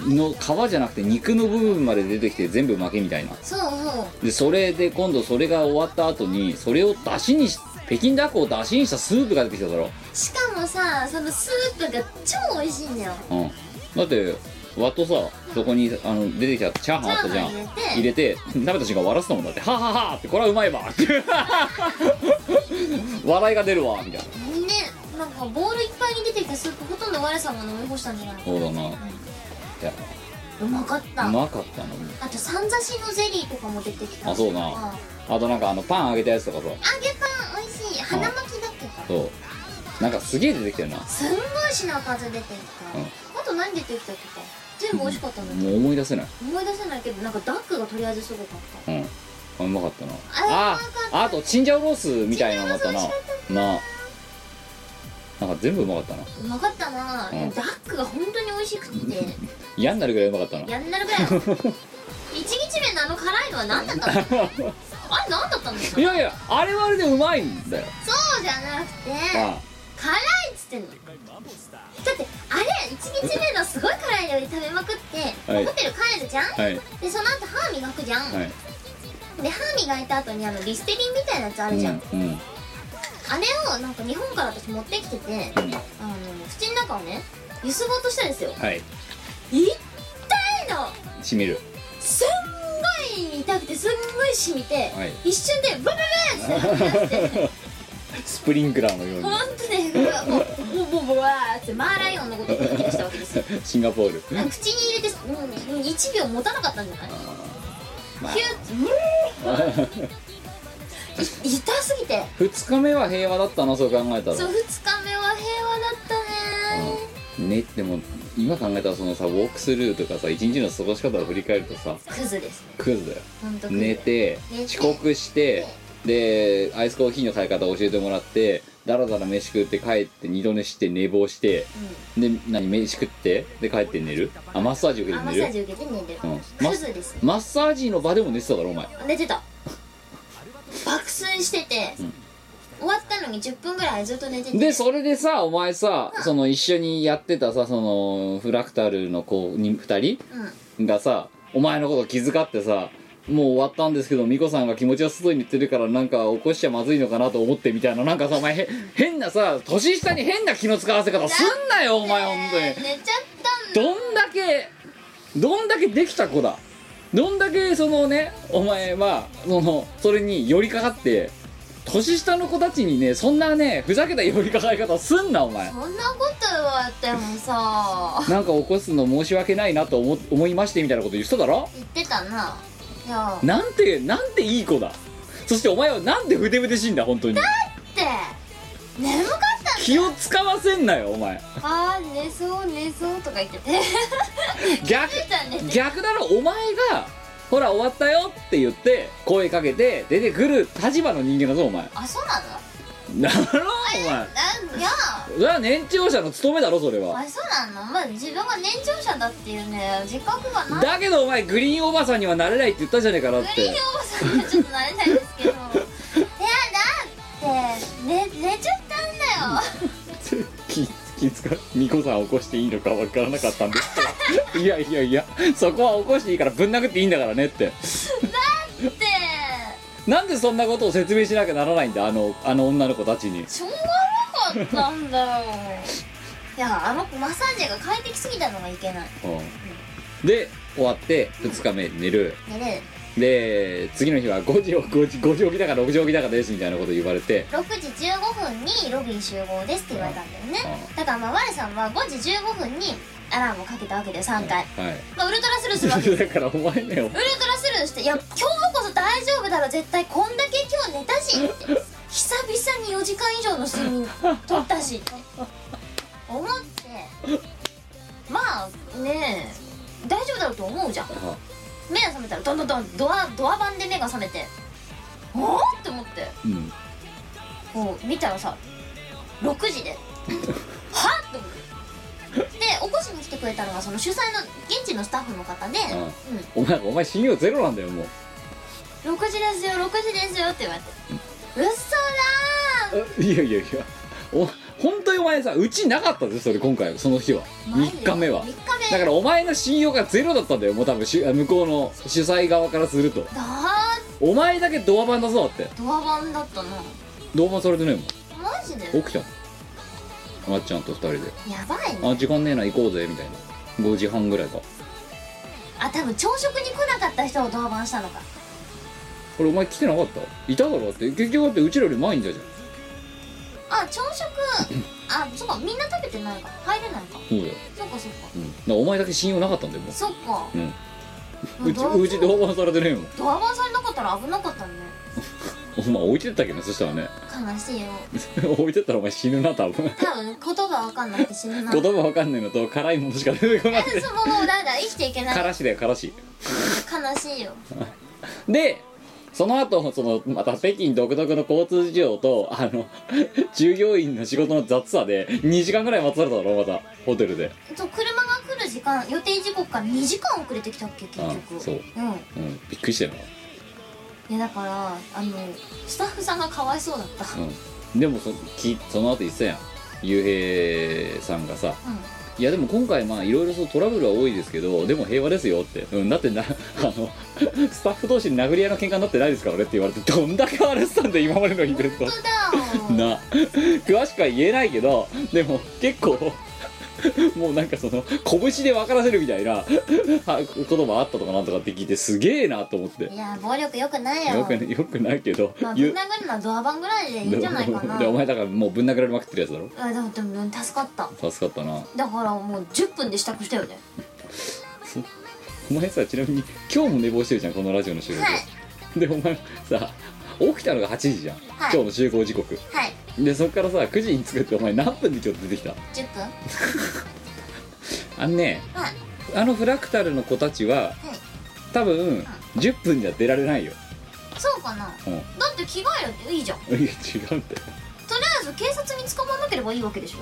S4: の皮じゃなくて肉の部分まで出てきて全部負けみたいな
S5: そうそう
S4: でそれで今度それが終わった後にそれを出汁にし北京ダックを出汁にしたスープが出てきただろ、
S5: しかもさそのスープが超美味しいんだよ
S4: うん、だってわっとさそこにあの出てきたチャーハンあったじゃん
S5: チャーハン
S4: 入
S5: 入
S4: れて食べた瞬間笑ってたもんだって「はははってこれはうまいわって 笑いが出るわみたいな
S5: ねなんかボウルいっぱいに出てきたスープほとんど我さんが飲み干したんじゃない
S4: そうだないや
S5: うまかった
S4: うまかったな
S5: あとさんざしのゼリーとかも出てきた
S4: あそうな
S5: あ
S4: あとなんかあのパン揚げたやつとかさ
S5: 揚げパン美味しい花巻きだっけか
S4: そうなんかすげえ出てきたよな
S5: すんごい品数出てきた、
S4: うん
S5: あと何出てきたっけか全部美味しかったの、
S4: もう思い出せない
S5: 思い出せないけどなんかダックがとりあえずすごかっ
S4: うんあうまかったな
S5: あ
S4: ああとチンジャオロースみたいなのもあったな
S5: チンジャオロ
S4: なあなんか全部うまかったな
S5: うまかったな、
S4: うん
S5: ダックが本当に美味しくって
S4: 嫌になるぐらいうまかったな
S5: やん なるぐらい一日目のあの辛いのは何だったのあれ何だったんです か
S4: いやいやあれはあれでうまいんだよ
S5: そうじゃなくて
S4: あ
S5: 辛いっつってんのだってあれ一日目のすごい辛い料理食べまくって、
S4: はい
S5: ホテル帰るじゃん、
S4: あはいは
S5: でその後歯磨くじゃん、
S4: い
S5: で歯磨いた後にあのリステリンみたいなやつあ
S4: う
S5: るじゃん、
S4: んうん
S5: あれをなんか日本から私持ってきててあの口の中をねゆすごうとしたんですよ
S4: はい
S5: 痛いの
S4: しみる
S5: すんごい痛くてすんごい染みて、
S4: はい
S5: 一瞬でブブブーってなって
S4: スプリンクラーのよう
S5: 本当ねもうボボボワーってマーライオンのことを吐き出したわけですよ
S4: にシンガポール
S5: あの口に入れてもう1秒持たなかったんじゃない
S4: まあ
S5: キュッてブルーい痛すぎて
S4: 2日目は平和だったなそう考えたら
S5: そう2日目は平和だったね
S4: ねでも今考えたらそのさウォークスルーとかさ一日の過ごし方を振り返るとさ
S5: クズですね
S4: クズだよ
S5: 本当クズ
S4: 寝て
S5: 寝て
S4: 遅刻してでアイスコーヒーの買い方を教えてもらってだらだら飯食って帰って二度寝して寝坊してで何飯食ってで帰って寝るあマッサージ
S5: う
S4: 受
S5: ん
S4: け
S5: あ
S4: て
S5: マ
S4: 寝
S5: ッサー
S4: る
S5: ジ受けて寝る、
S4: うんま
S5: クズですね
S4: マッサージの場でも寝てただろお前
S5: 寝てた爆睡してて、
S4: うん
S5: 終わったのに10分ぐらいずっと寝てて
S4: でそれでさお前さその一緒にやってたさそのフラクタルの子に2
S5: うん
S4: 人がさお前のこと気遣ってさもう終わったんですけど美子さんが気持ちは外に言ってるからなんか起こしちゃまずいのかなと思ってみたいななんかさお前へ変なさ年下に変な気の使わせ方すんなよお前本当に
S5: ね寝ちゃったんだ
S4: どんだけどんだけできた子だどんだけそのねお前はそのそれに寄りかかって年下の子たちにねそんなねふざけた寄りかかり方すんなお前
S5: そんなこと言われてもさ
S4: なんか起こすの申し訳ないなと思思いましてみたいなこと言ってただろ
S5: 言ってたないや
S4: なんてなんていい子だそしてお前はなんでふぶでしいんだ本当に
S5: って眠かった
S4: 気を使わせんなよお前
S5: あー寝そう寝そうとか言って て
S4: 逆
S5: 寝てた寝てた
S4: 逆だろお前がほら終わったよって言って声かけて出てくる立場の人間だぞお前
S5: あそうなの
S4: だろお前
S5: なんいや
S4: それは年長者の務めだろそれは
S5: あそうなのまあ自分が年長者だっていうね自覚がない
S4: だけどお前グリーンおばさんにはなれないって言ったじゃねえかなっ
S5: グリーン
S4: て
S5: おばさんにはちょっとなれないですけどいやだって、ね、寝ちゃったんだよ
S4: 気気使うミコさん起こしていいのかわからなかったんですけどいやいやいやそこは起こしていいからぶん殴っていいんだからねって
S5: って
S4: なんでそんなことを説明しなきゃならないんだあのあの女の子たちに
S5: しょうがなかったんだよいやあの子マッサージが快適すぎたのがいけない
S4: うんで終わって2日目寝る
S5: 寝れる
S4: で次の日は5時5時5時起きだか6時起きだかですみたいなこと言われて
S5: 6時15分にロビー集合ですって言われたんだよねだからまあ我さんは5時15分にアラームをかけたわけだよ3回、
S4: はい
S5: まあ、ウルトラスルーする わけで す
S4: だからお前ね
S5: ウルトラスルーして「いや今日こそ大丈夫だろ絶対こんだけ今日寝たし」って久々に4時間以上の睡眠取ったしって思ってまあねえ大丈夫だろうと思うじゃん
S4: あ
S5: 目が覚めたらどんどんどんドアドア版で目が覚めておおって思って
S4: うん
S5: こう見たらさ6時 ではっと思ってで起こしに来てくれたのがその主催の現地のスタッフの方で、
S4: あお
S5: うん、
S4: 前お前信用ゼロなんだよもう
S5: 6時ですよ6時ですよって言われてうっそだ
S4: あいやいやいやお本当にお前さうちなかったぜそれ今回その日は
S5: ーマジ
S4: 3
S5: で
S4: 日目は
S5: 3日
S4: だ
S5: 目
S4: からお前の信用がゼロだったんだよもう多分し向こうの主催側からすると
S5: だ
S4: お前だけドア版だぞだって
S5: ードア版だったな
S4: ドア版されてないもん
S5: マジで
S4: 起きたのまっちゃんと2人で
S5: やばい
S4: 「
S5: ね
S4: あ時間ねえな行こうぜ」みたいな5時半ぐらいか
S5: あ多分朝食に来なかった人をドア版したのか
S4: これお前来てなかったいただろだって結局だってうちらより前にいたじゃん
S5: あ朝食 あそうかみんな食べてないか入れないか
S4: そうだよ、
S5: そっかそっか
S4: うん、だからお前だけ信用なかったんだよも
S5: そっか
S4: う、うん、
S5: まあ
S4: うち
S5: ドア
S4: うち同伴されてねえもん
S5: ドア版されなかったら危なかったね
S4: お前置いてったけどねそしたらね
S5: 悲しいよ
S4: 置いてったらお前死ぬな多分
S5: 多分言葉わかんなくて死ぬな
S4: 言葉わかんないのと辛いものしか出てこなく て
S5: そうもうだんだん生きていけない
S4: からしだよからし
S5: 悲しいよ
S4: でその後そのまた北京独特の交通事情とあの 従業員の仕事の雑さで2時間ぐらい待たされただろまたホテルで
S5: そう車が来る時間予定時刻から2時間遅れてきたっけ結
S4: あ
S5: 局
S4: そうんうんびっくりしたよ
S5: いやだからあのスタッフさんがかわいそうだった
S4: なうんでもそきその後言ってたやんゆうへいさんがさ
S5: うん
S4: いやでも今回まあいろいろそうトラブルは多いですけどでも平和ですよって、うん、だってな あのスタッフ同士に殴り合いの喧嘩になってないですからねって言われてどんだけ荒れてたんだよ今までのイベント
S5: 本当だよ
S4: な詳しくは言えないけどでも結構もうなんかその拳で分からせるみたいなは言葉あったとかなんとかって聞いてすげえなと思って
S5: いや暴力よくないよ
S4: よく,、よくないけど、
S5: まあ、ぶん
S4: 言う
S5: 殴るのはドアバンぐらいでいいんじゃないか な
S4: でお前だからもうぶん殴られまくってるやつだろ
S5: あでもでも助かった
S4: 助かったな
S5: だからもう10分で支度したよね
S4: お前さちなみに今日も寝坊してるじゃんこのラジオの収録、
S5: は
S4: でお前さ起きたのが8時じゃん、
S5: はい
S4: 今日の集合時刻
S5: はい
S4: でそっからさ9時に着くってお前何分で今日出てきた
S5: 10分
S4: あのね
S5: はい
S4: あのフラクタルの子たちは、多分10分じゃ出られないよ、
S5: そうかなだ
S4: うん、い
S5: って着替えるっていいじゃんと
S4: や違うんだよ
S5: りあえず警察に捕まんなければいいわけでしょ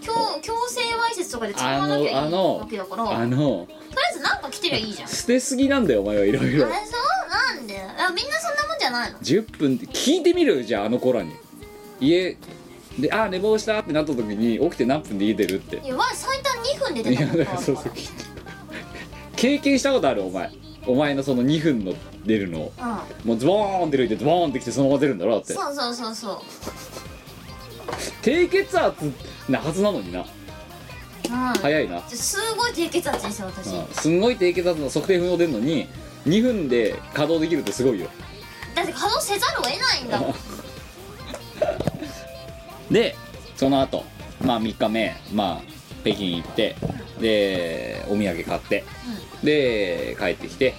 S5: 強強制わいせつとかで捕まらなきゃいいわけだからとり
S4: あ
S5: あ
S4: の
S5: えずなんか着てりゃいいじゃん
S4: 捨てすぎなんだよお前はいろいろ
S5: あれそうなんであみんなそんなもんじゃないの
S4: 10分って聞いてみるよじゃああの子らに家で「あー寝坊した」ってなった時に起きて何分で家出るって
S5: いやわい最短2分で
S4: い
S5: 出
S4: や
S5: たことある
S4: だ
S5: か
S4: から
S5: ら
S4: そうそう経験したことあるお前お前のその2分の出るのを
S5: うん
S4: もうズボーンって抜いてズボーンってきてそのまま出るんだろだって
S5: そうそうそうそう
S4: 低血圧なはずなのにな
S5: うん
S4: 早いな
S5: すごい低血圧ですよ私、
S4: うんすんごい低血圧の測定不能出るのに2分で稼働できるってすごいよ
S5: だって稼働せざるを得ないんだもん
S4: でその後まあ3日目まあ北京行ってでお土産買ってで帰ってきて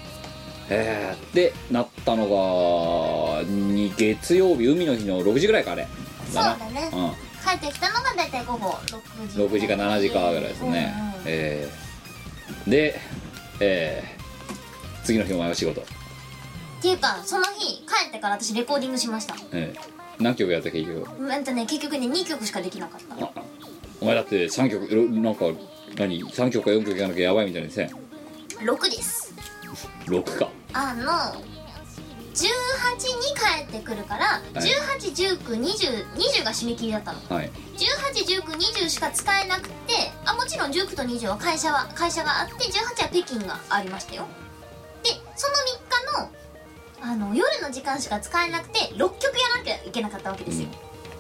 S4: えーってなったのがに月曜日海の日の6時ぐらいかあれ
S5: そうだね
S4: うん
S5: 帰ってきたのが大体午後6時
S4: 6時か7時かぐらいですね、
S5: うんうん
S4: えーで、えー次の日お前は仕事、
S5: っていうかその日帰ってから私レコーディングしました
S4: えー何曲やったっけ結局
S5: うんとね結局ね2曲しかできなかった
S4: あお前だって3曲ろなんか何3曲か4曲やらなきゃやばいみたいですね
S5: 6です
S4: 6か
S5: あの18に帰ってくるから
S4: はい
S5: 18192020が締め切りだったの
S4: はい
S5: 181920しか使えなくてあもちろん19と20は会社は会社があって18は北京がありましたよでその3日のあの夜の時間しか使えなくて6曲やらなきゃいけなかったわけですよ、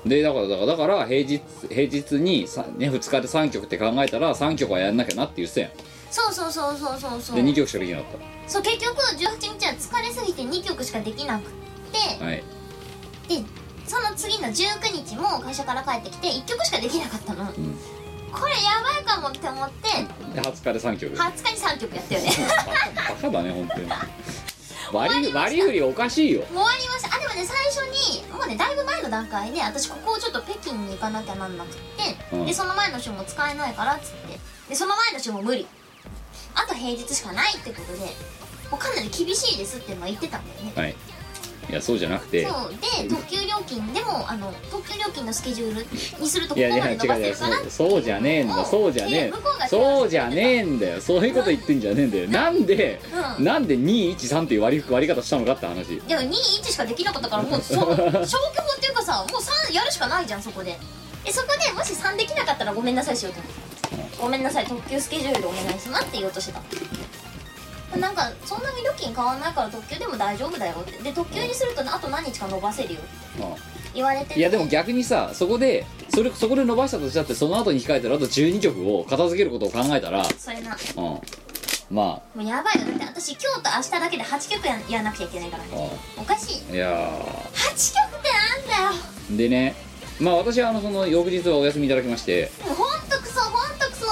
S4: でだからだからだから平日平日にさ、ね、2日で3曲って考えたら3曲はやんなきゃなって言ってたやん
S5: そうそうそうそうそうそう
S4: で2曲しかできなかっ
S5: そう結局18日は疲れすぎて2曲しかできなくって、
S4: たはい
S5: でその次の19日も会社から帰ってきて1曲しかできなかったの、
S4: ん
S5: これやばいかもって思って
S4: で20日で3曲
S5: 20日に3曲やったよね
S4: バカバカだね本 当に割り割り振りおかしいよ
S5: 終わりましたあでもね最初にもうねだいぶ前の段階で私ここをちょっと北京に行かなきゃなんなくって、
S4: うん
S5: でその前の週も使えないからっつってでその前の週も無理あと平日しかないってことでもうかなり厳しいですっていうのは言ってたんだよね
S4: はいいやそうじゃなくて
S5: そうで特急料金でもあの特急料金のスケジュールにする
S4: い
S5: とここ
S4: やい
S5: ま
S4: や
S5: で
S4: 違う
S5: 伸ばせ
S4: 違う
S5: るかな
S4: そうそうじゃねえんだそうじゃね
S5: いや向こうが
S4: え
S5: 手合わせて
S4: そうじゃねえんだよそういうこと言ってんじゃねえんだよなんで
S5: うん
S4: なんで213っていう割り割り方したのかって話
S5: でも2、1しかできなかったからもうその消去法っていうかさもう3やるしかないじゃんそこでえそこでもし3できなかったらごめんなさいしようと思ってごめんなさい特急スケジュールでお願いしますって言おうとしてたなんかそんなに料金変わんないから特急でも大丈夫だよってで特急にするとあと何日か伸ばせるよって
S4: うん
S5: 言われて
S4: いやでも逆にさそこでそれそこで伸ばしたとしたってその後に控えたらあと12曲を片付けることを考えたら
S5: それな
S4: うんま
S5: もうやばいよだって私今日と明日だけで8曲ややんなくちゃいけないから
S4: あ
S5: ね
S4: う
S5: おかしい
S4: んいや
S5: 8曲ってなんだよ
S4: ーでねまあ私はあのその翌日はお休みいただきまして
S5: もうほんとクソほんとクソ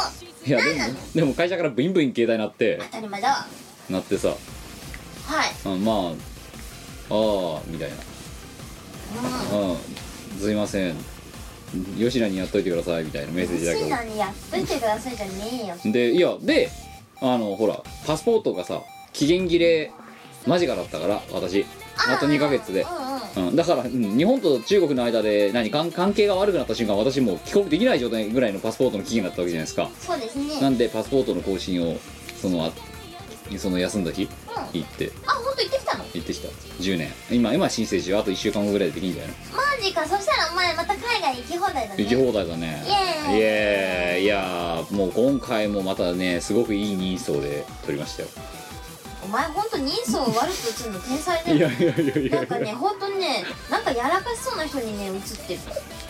S4: いやでもでも会社からブインブイン携帯鳴って
S5: 当たり前だわ
S4: 鳴ってさ
S5: はい
S4: あまあああみたいな
S5: うん
S4: うんすいません吉野にやっといてくださいみたいなメッセージだ
S5: シ
S4: け
S5: ーナにやっといてくださいじゃねえよ
S4: どでいやであのほらパスポートがさ期限切れ間近だったから私あと2ヶ月で、
S5: うんうん
S4: うん、だから、うん日本と中国の間で何かん関係が悪くなった瞬間私もう帰国できない状態ぐらいのパスポートの期限だったわけじゃないですか
S5: そうです
S4: な
S5: ね
S4: んでパスポートの更新をそのあその休んだ日行って
S5: あ本当行ってきたの
S4: 行ってきた10年今今申請中あと1週間後ぐらいでできんじゃないの
S5: マジかそしたらお前また海外行き放題だね
S4: 行き放題だね
S5: イエーイ
S4: エーイいやーもう今回もまたねすごくいい人相で撮りましたよ
S5: お前本当人相悪く映るの天才だ
S4: い
S5: よ
S4: やいやいやいや
S5: なんかね本当にねなんかやらかしそうな人にね映ってる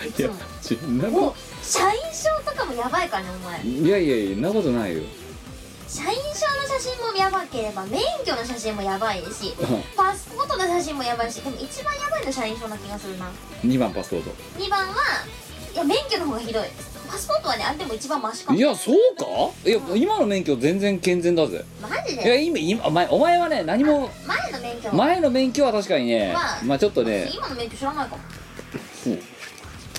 S5: い
S4: い
S5: つ
S4: や
S5: も
S4: ちなん
S5: も
S4: か
S5: う社員証とかもやばいからねお前
S4: いやいやいやんなことないよ
S5: 社員証の写真もやばければ免許の写真もやばいしパスポートの写真もやばいしでも一番やばいの社員証な気がするな
S4: 2番パスポート
S5: 2番はいや免許の方がひどいパスポートはねあれでも一番マシかも
S4: いやそうかいや今の免許全然健全だぜ
S5: マジ
S4: いや
S5: で
S4: 今今お前お前はね何も
S5: 前の免許は
S4: 前の免許は確かにね
S5: まあ
S4: まあちょっとね
S5: 今の免許知らないかも
S4: そう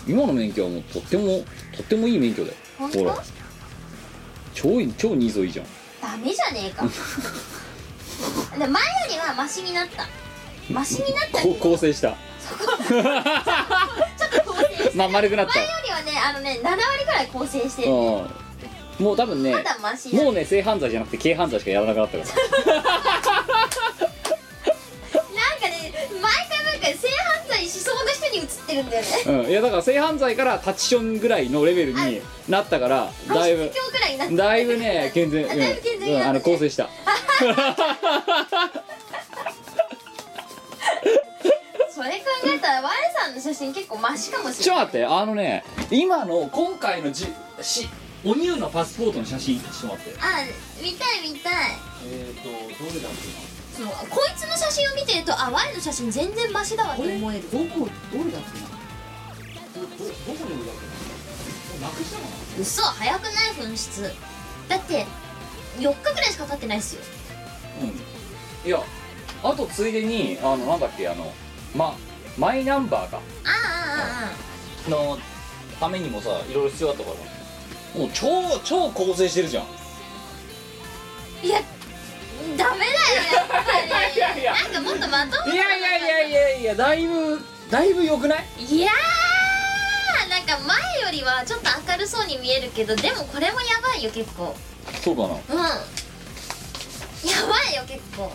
S4: 今の免許はもうとってもとってもいい免許だよ
S5: 本
S4: ほ
S5: 当
S4: ら超いい超ニーズいいじゃん
S5: ダメじゃねえ かで前よりはマシになったマシになったけ
S4: こ
S5: ど
S4: う構成した
S5: ちょっと構成して
S4: まあ丸くなっ
S5: 前よりはねあのね7割ぐらい構成して
S4: た
S5: る
S4: うんもう多分ね
S5: まだマシだ
S4: もうね性犯罪じゃなくて軽犯罪しかやらなくなったから
S5: なんかね毎回毎回性犯罪しそうな人に映ってるんだよね
S4: うん、いやだから性犯罪からタッチションぐらいのレベルになったからだいぶ
S5: 今日くらいになって
S4: だいぶ ね健全
S5: だいぶ健全に
S4: うん、
S5: な
S4: あ
S5: っ
S4: の
S5: て
S4: 構成した
S5: それ考えたらワレさんの写真結構マシかもし
S4: ち
S5: れ
S4: ょっと待
S5: ない
S4: ってあのね今の今回のじしおニューのパスポートの写真ちょっと待って
S5: あ見たい見たい
S4: えっ、ー、とどれだっけ
S5: そうこいつの写真を見てるとあワレの写真全然マシだわって思える
S4: どこどれだっけなどどどこで俺だっけななくしたの
S5: 嘘早くない紛失だって4日ぐらいしか経ってないっすよ
S4: うんいやあとついでにあのなんだっけあのまマイナンバーか
S5: あああああ
S4: のためにもさいろいろ必要だったからもう超超構成してるじゃん
S5: あいやダメだよやっぱり
S4: いやいや
S5: なんかもっとまとも
S4: いやいやいやいやいやだいぶだいぶ良くない
S5: いやーなんか前よりはちょっと明るそうに見えるけどでもこれもやばいよ結構
S4: そうかな
S5: うんやばいよ結構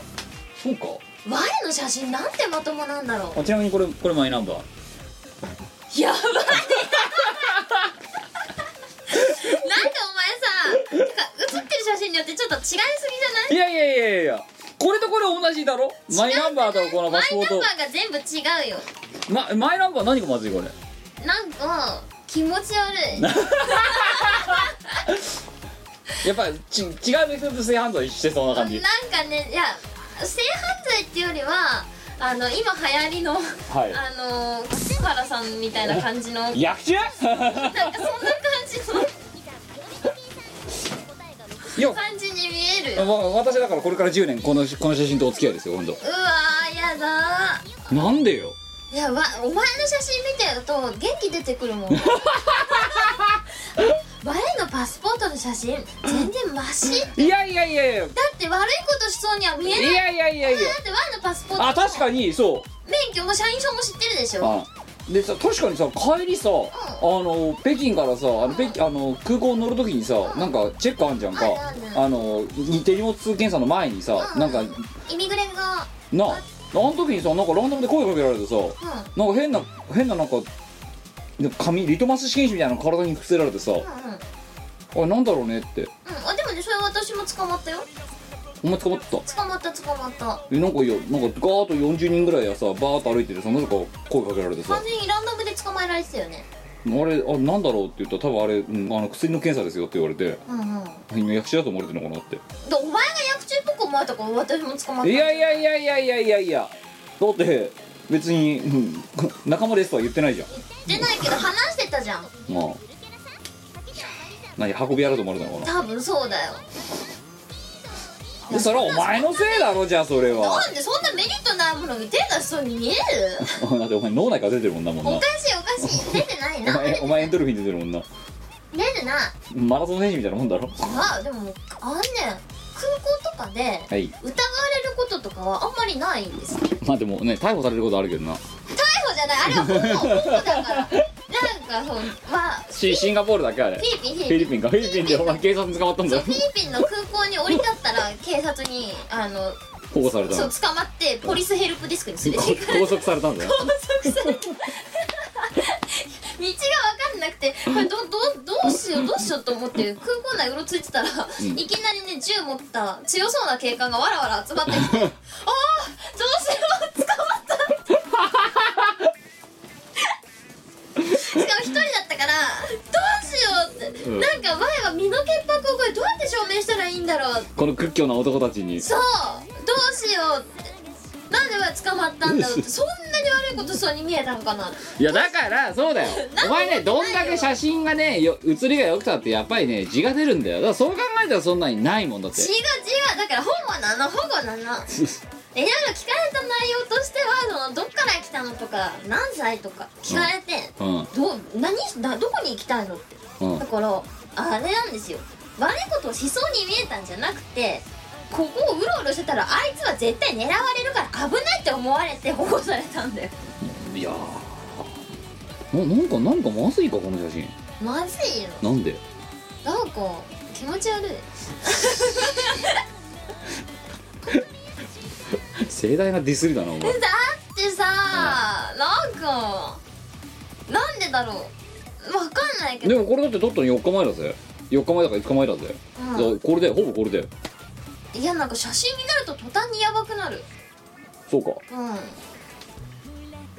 S4: そうか
S5: 我の写真なんてまともなんだろ
S4: あちなみにこれこれマイナンバー
S5: うやばいなんかお前さてか写ってる写真によってちょっと違いすぎじ
S4: いやいやいやいやいやこれとこれ同じだろマイナンバーとこの
S5: ゃない
S4: パ
S5: マ
S4: ス
S5: イ
S4: ポ
S5: ナ
S4: ー
S5: ン
S4: ト
S5: バーが全部違うよ
S4: まマイナンバー何がまずいこれ
S5: なんか気持ち悪い
S4: やっぱち違うベクトルと正反対してそうな感じ
S5: なんかねいや性犯罪っていうよりはあの今流行り
S4: い
S5: の、あの笠原さんみたいな感じのなんか
S4: 役中
S5: そんな感じの
S4: いや
S5: 感じに見えるよ
S4: わ私だからこれから10年このこの写真とお付き合いですよ本
S5: うわーやだ
S4: 当
S5: ー
S4: なんでよ
S5: いやわお前の写真見てると元気出てくるもん我のパスポートの写真全然マシだ
S4: いやいやいやいやい
S5: って悪いことしそうには見えない
S4: やいやいやいや
S5: だって我のパスポート
S4: あ確かにそう
S5: 免許も社員証も知ってるでしょ
S4: あでさ確かにさ帰りさ、あの北京からさあの北京あの空港乗る時にさ、なんかチェックあんじゃんか、
S5: あるある
S4: あの似て荷物検査の前にさ、
S5: うん
S4: なんか
S5: イミグレが
S4: なあの時にさなんかランダムで声かけられてさ、なんか変な変ななんかで紙リトマス試験紙みたいなの体に伏せられてさ、
S5: うんうんうん
S4: あれなんだろうねって
S5: あでもねそれ私も捕まったよ
S4: お前捕まってた
S5: 捕まった捕まった
S4: えなんかいやなんかガーッと40人ぐらいがさバーッと歩いててさなぜか声かけられてさ
S5: 完全にランダムで捕まえられてたよね
S4: あれあなんだろうって言ったら多分あれ、うん、あの薬の検査ですよって言われて
S5: うんうんで
S4: 今役者だと思われてるのかなって
S5: お前が薬中っぽく思われたから私も捕まった
S4: いやいやいやいやいやいやいやだって別に、うん、仲間ですとは言ってないじゃ
S5: でないけど話してたじゃん
S4: んまあ何運びやると思われたのかな
S5: 多分そうだよ
S4: でそれはお前のせいだろじゃあそれは
S5: なんでそんなメリットないものに手出しそうに見える
S4: だってお前脳内から出てるもんなもんな
S5: おかしいおかしい出てない
S4: お
S5: な
S4: 前お前エンドルフィン出てるもんな
S5: 出てない
S4: マラソン選手みたいなもんだろ
S5: あでもあんねん空港と中で
S4: は
S5: 疑われ
S4: い
S5: ることとかはあんまりないんですね
S4: まあでもね逮捕されることあるけどな
S5: 逮捕じゃないあれは本能本能だからなんかそうまあ
S4: しシンガポールだっけあれ
S5: フィリピン
S4: フィリピンかフィリピンでお前警察に捕まったんだ
S5: そう
S4: よ
S5: フィリピンの空港に降り立ったら警察にあの
S4: 保護された
S5: そ
S4: の
S5: う捕まってポリスヘルプディスクに連れて行かれて
S4: 拘束されたんだよ
S5: 拘束された 道が分かんなくてこれどどどうしようどうしようと思って空港内うろついてた
S4: ん
S5: ら、いきなりね銃持った強そうな警官がわらわら集まってきてああどうしよう捕まったしかも一人だったからどうしようって、
S4: うん
S5: なんか前は身の潔白をこれどうやって証明したらいいんだろう
S4: この屈強な男たちに
S5: そうどうしようってなんで俺捕まったんだろうってそんなに悪いことしそうに見えたのかない
S4: やだからそうだよお前ねどんだけ写真がねよ写りが良くたってやっぱりね字が出るんだよだからそう考えたらそんなにないもんだって
S5: 違う違うだから保護なの保護 なのいろいろ聞かれた内容としてはそのどっから来たのとか何歳とか聞かれて、
S4: うん
S5: どう何だどこに行きたいのって
S4: うん
S5: だからあれなんですよ悪いことをしそうに見えたんじゃなくてここをうろうろしてたらあいつは絶対狙われるから危ないって思われて保護されたんだよ
S4: いやーななんかなんかまずいかこの写真
S5: まずいよ
S4: なんで
S5: なんか気持ち悪い
S4: 盛大なディスりだなお前
S5: だってさなんかなんでだろうわかんないけ
S4: で
S5: ど
S4: もこれだって撮ったの4日前だぜ4日前だから5日前だぜ、
S5: う
S4: だ
S5: ん
S4: からこれでほぼこれで
S5: いやなんか写真になると途端にヤバくなる
S4: そうか
S5: うん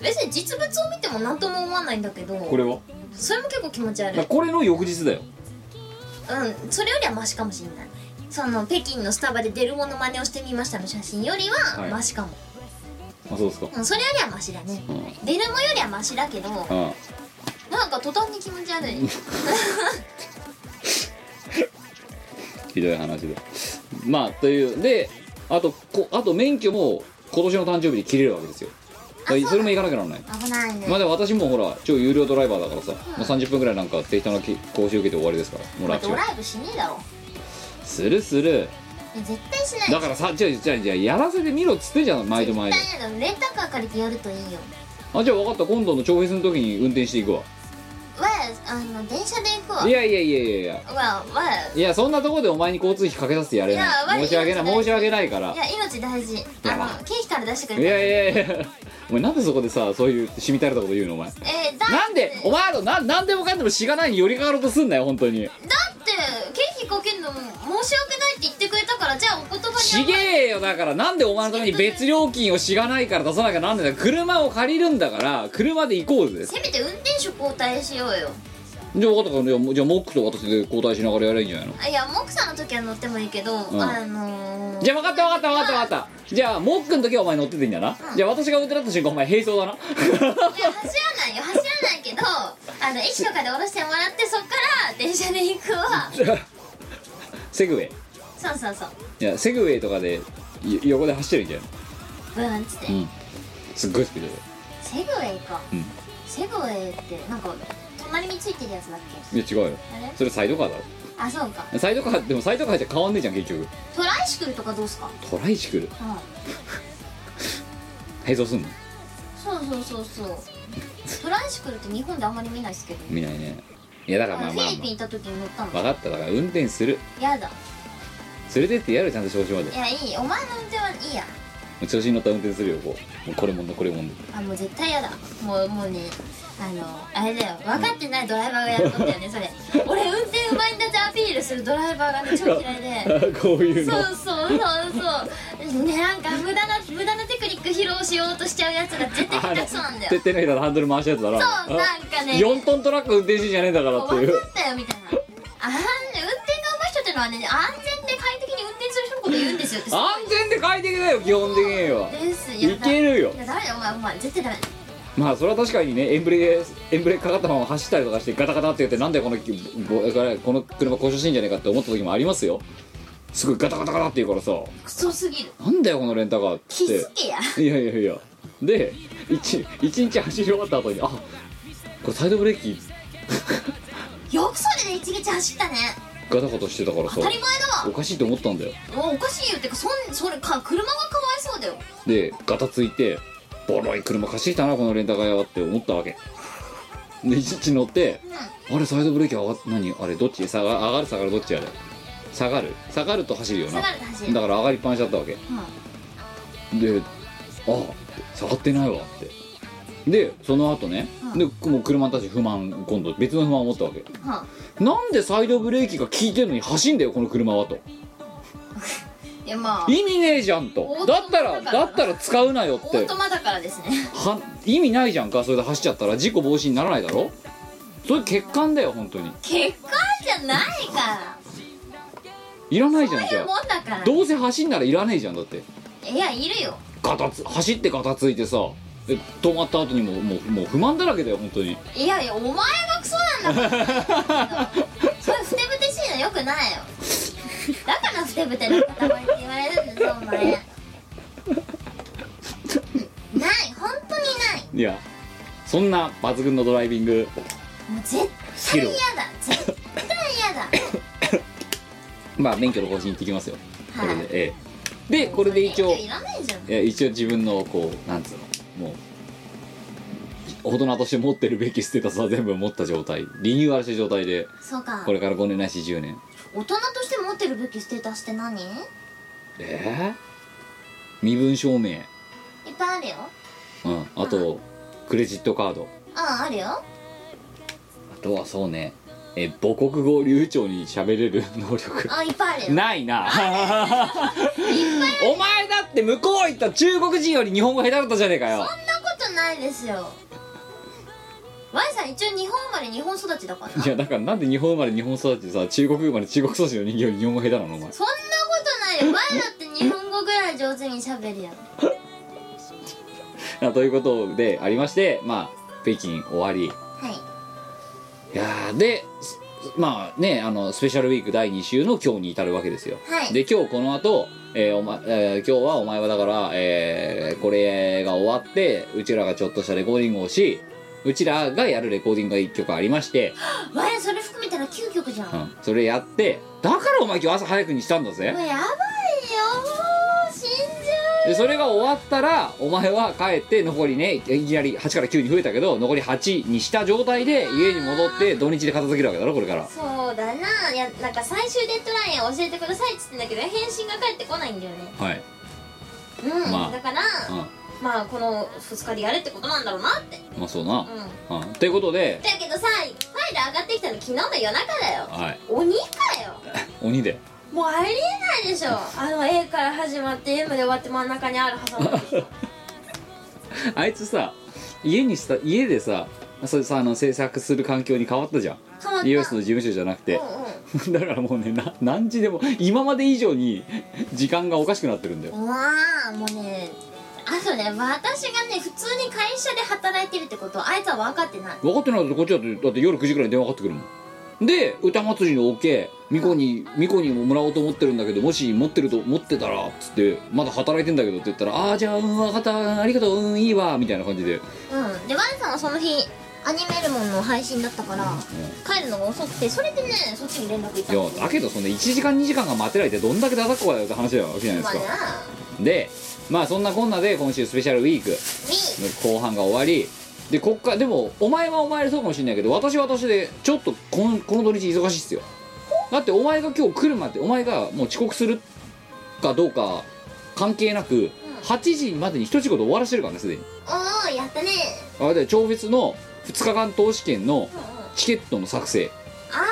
S5: 別に実物を見ても何とも思わないんだけど
S4: これは
S5: それも結構気持ち
S4: だ
S5: 悪い
S4: からこれの翌日だよ
S5: うんそれよりはマシかもしれないその北京のスタバで出るもの真似をしてみましたの写真よりは
S4: はい
S5: マシかも、
S4: あそうですか
S5: うん、それよりはマシだね、
S4: うん
S5: 出るもよりはマシだけど
S4: あ
S5: なんか途端に気持ち悪い
S4: ひどい話でまあというであとこあと免許も今年の誕生日で切れるわけですよだからそれも行かなきゃならない
S5: 危ないね
S4: まあでも私もほら超有料ドライバーだからさ、もう30分ぐらいなんか適当なき講習受けて終わりですからもう楽
S5: ド
S4: 勝
S5: ライブしねえだろ
S4: するする
S5: いや絶対しな
S4: だ
S5: い
S4: からさじゃあじゃあじゃあやらせてみろっつってじゃん毎度毎度
S5: 絶対ないだろレンタカー借りてやるといいよ
S4: あじゃあ分かった今度の超フェスの時に運転していくわ
S5: わああの電車で行くわ
S4: いやいやいやいやいや
S5: わわ
S4: いやそんなところでお前に交通費かけさせてやれ
S5: いや
S4: ない
S5: 悪い
S4: 申し訳ない
S5: やつだよ
S4: 申し訳ないから
S5: いや命大事
S4: や
S5: あ
S4: ば
S5: の経費から出してく
S4: い
S5: れ
S4: やいやいやお前なんでそこでさそういうしみたれたこと言うのお前
S5: えー、だって
S4: なんでお前らななんでもかんでもしがないに寄りかかろうとすんなよ本当に
S5: だって経費かけるのも申し訳ないって言ってくれたからじゃあお言葉に
S4: ちげえよだからなんでお前のために別料金をしがないから出さなきゃなんでだよ車を借りるんだから車で行こうぜ
S5: せめて運転手交代しようよ
S4: じゃあ分かったからじゃあじゃあモックと私で交代しながらやればいいんじゃないの
S5: あいやモクさんの時は乗ってもいいけど、
S4: ん
S5: あのー、
S4: じゃあ分かった分かった分かった分かったじゃあモックの時はお前乗ってていいんだな、じゃあ私が運転だった瞬間お前並走だない
S5: や走らないよ走らないけどあ の駅とかで降ろしてもらってそっから電車で行くわ
S4: セグウェイ
S5: そうそうそう
S4: いやセグウェイとかでよ横で走ってるんじゃない
S5: ブーンっつって、
S4: のすっごいスピードで
S5: セグウェイか、
S4: うん
S5: セグウェイってなんか隣についてるやつだっ
S4: い
S5: け
S4: や違うよ
S5: あれ
S4: それサイドカーだ
S5: あそうか
S4: ろサイドカーでもサイドカーじゃ変わんねえじゃん結局
S5: トライシクルとかどうすか
S4: トライシクル
S5: うん
S4: 並走すんの
S5: そうそうそうそうトライシクルって日本であんまり見ないですけど
S4: 見ないねいやだからまあ
S5: あ
S4: ま
S5: の
S4: あ、
S5: フィリピン行った時に乗ったの
S4: 分かっただから運転する
S5: やだ
S4: 連れてってやるちゃんと調子まで
S5: いやいいお前の運転はいいや
S4: 調子に乗ったら運転するよこうもうこれもんのこれもんの
S5: あもう絶対やだもうもうねあのあれだよ分かってないドライバーがやることだよねそれ俺運転うまいんだぜアピールするドライバーがね超嫌いで
S4: こういうの
S5: そうそうそうそうねなんか無駄な無駄なテクニック披露しようとしちゃうやつが絶対下手くそなんだよ
S4: てってないだろハンドル回しやつだろ
S5: そうなんかね
S4: 4トントラック運転してんじゃねえんだから
S5: も
S4: って
S5: う
S4: い
S5: 分
S4: う
S5: かったよみたいなあんね運転が上手い人ってのはね安全で快適に運転する人のこと言うんですよって
S4: 安全で快適だよ基本的には
S5: です
S4: いけるよ
S5: いやダメだよお前お前絶対ダメ
S4: まあそれは確かにねエンブレエンブレかかったまま走ったりとかしてガタガタって言ってなんでこのきぼこの車故障してんじゃねえかって思った時もありますよすごいガタガタガタって言うからさ
S5: クソすぎる
S4: なんだよこのレンタカーっ
S5: 気
S4: つって
S5: づけや
S4: いやいやいやで一一日走り終わった後にあこれサイドブレーキ
S5: よくそれで一撃走ったね
S4: ガタガタしてたからさ
S5: 当たり前だ
S4: おかしいと思ったんだよ
S5: わおおかしいよってかそんそれか車がかわいそうだよ
S4: でガタついてボロい車貸してきたなこのレンタカー屋はって思ったわけでいちいち乗ってあれサイドブレーキ上がっ何あれどっち下が上がる下がるどっちやれ下がる下がると走るよな
S5: 下がると走る
S4: だから上がりっぱなしだったわけで「ああ下がってないわ」ってでその後ね、
S5: うん
S4: でもう車たち不満今度別の不満を持ったわけ
S5: うんは
S4: なんでサイドブレーキが効いてるのに走んだよこの車はと
S5: あいやまあ
S4: 意味ねえじゃんと
S5: オート
S4: だ
S5: マ
S4: ったら
S5: だから
S4: だったら使うなよっ
S5: オー
S4: て
S5: トマだからですね
S4: は意味ないじゃんかそれで走っちゃったら事故防止にならないだろそれ欠陥だよ本当に
S5: 欠陥じゃないから
S4: いらないじゃん
S5: そう
S4: じ
S5: い
S4: ゃ
S5: う
S4: あ
S5: もんだから
S4: どうせ走んならいらねえじゃんだって
S5: いやいるよ
S4: ガタつ走ってガタついてさで止まった後にももうもう不満だらけだよ本当に
S5: いやいやお前がクソなんだからそれふてぶてしいのよくないよだからふてぶての塊って言われるんだぞお前ない本当にない
S4: いやそんな抜群のドライビング
S5: もう絶
S4: スキ
S5: 対
S4: ル
S5: 嫌
S4: を
S5: だ絶対嫌だ
S4: まあ免許の更新行ってきますよこれ
S5: はい
S4: で、ええでこれで一応
S5: いらないじゃん
S4: いや一応自分のこうなんつうのもう大人として持ってるべきステータスは全部持った状態リニューアルした状態で
S5: そうか
S4: これから5年ないし10年
S5: 大人として持ってるべきステータスって何いっ
S4: ええ身分証明
S5: ぱいあるよ
S4: うんあとクレジットカード
S5: あああるよ
S4: あとはそうねえ母国語を流暢に喋れる 能力
S5: あいっぱいあるよ
S4: ないなお前だって向こう行った中国人より日本語下手だったじゃねえかよ
S5: そんなことないですよ Y さん一応日本生まれ日本育ちだから
S4: いやだからなんで日本生まれ日本育ちでさ中国生まれ中国育ちの人間より日本語下手なのお前
S5: そんなことないよ前だって日本語ぐらい上手にしゃべるよ
S4: あということでありましてまあ北京終わり
S5: はい
S4: やーですまあねあのスペシャルウィーク第2週の今日に至るわけですよ、
S5: はい
S4: で今日この後、えーおまえー今日はお前はだから、えーこれが終わってうちらがちょっとしたレコーディングをしうちらがやるレコーディングが1曲ありまして、
S5: い Y それ含めたら究極じゃん、
S4: う
S5: も
S4: ん、それやってだからお前今日朝早くにしたんだぜ
S5: うやばいよもう死んじゃ
S4: でそれが終わったらお前は帰って残りねいきなり8から9に増えたけど残り8にした状態で家に戻って土日で片付けるわけだろこれから
S5: うそうだないやなんか最終デッドラインを教えてくださいっつってんだけど返信が返ってこないんだよね
S4: はい、
S5: うん、
S4: まあ
S5: だから、
S4: う
S5: まあこの2日でやれってことなんだろうなって
S4: ん、まあそうな
S5: うん
S4: うんということで、
S5: だけどさファイル上がってきたの昨日の夜中だよ
S4: はい、
S5: 鬼かよ
S4: 鬼で
S5: もうありえないでしょあの A から始まって M で終わって真ん中にある挟 まって
S4: あいつさ家にした家でさそれさあの制作する環境に変わったじゃん
S5: 変わった
S4: EOS の事務所じゃなくて
S5: う、んうん
S4: だからもうねな何時でも今まで以上に時間がおかしくなってるんだよ
S5: うわあもうねあとね私がね普通に会社で働いてるってことあいつは分かってない
S4: 分かってないだとこっちだってだって夜9時くらいに電話かかってくるもんで歌祭りのオ、ケミコにミコにももらおうと思ってるんだけどもし持ってると持ってたらっつってまだ働いてんだけどって言ったら「ああーじゃあうん分かったありがとううんいいわ」みたいな感じで
S5: うんでワンさんはその日アニメルモンの配信だったから、帰るのが遅くてそれでねそっちに連絡いった
S4: いやだけどその1時間2時間が待てられてどんだけ叩く子だよって話だよわけじゃないで
S5: ますあ
S4: か
S5: な
S4: でまあそんなこんなで今週スペシャルウィーク
S5: み
S4: の後半が終わりでこっからでもお前はお前でそうかもしれないけど私は私でちょっとこのこの土日忙しいっすよだってお前が今日来るまでお前がもう遅刻するかどうか関係なく8時までに一仕事終わらせてるからねすでに
S5: おおやったね
S4: あれで超別の2日間投資券の
S5: うんうんあ
S4: チケットの作成
S5: あ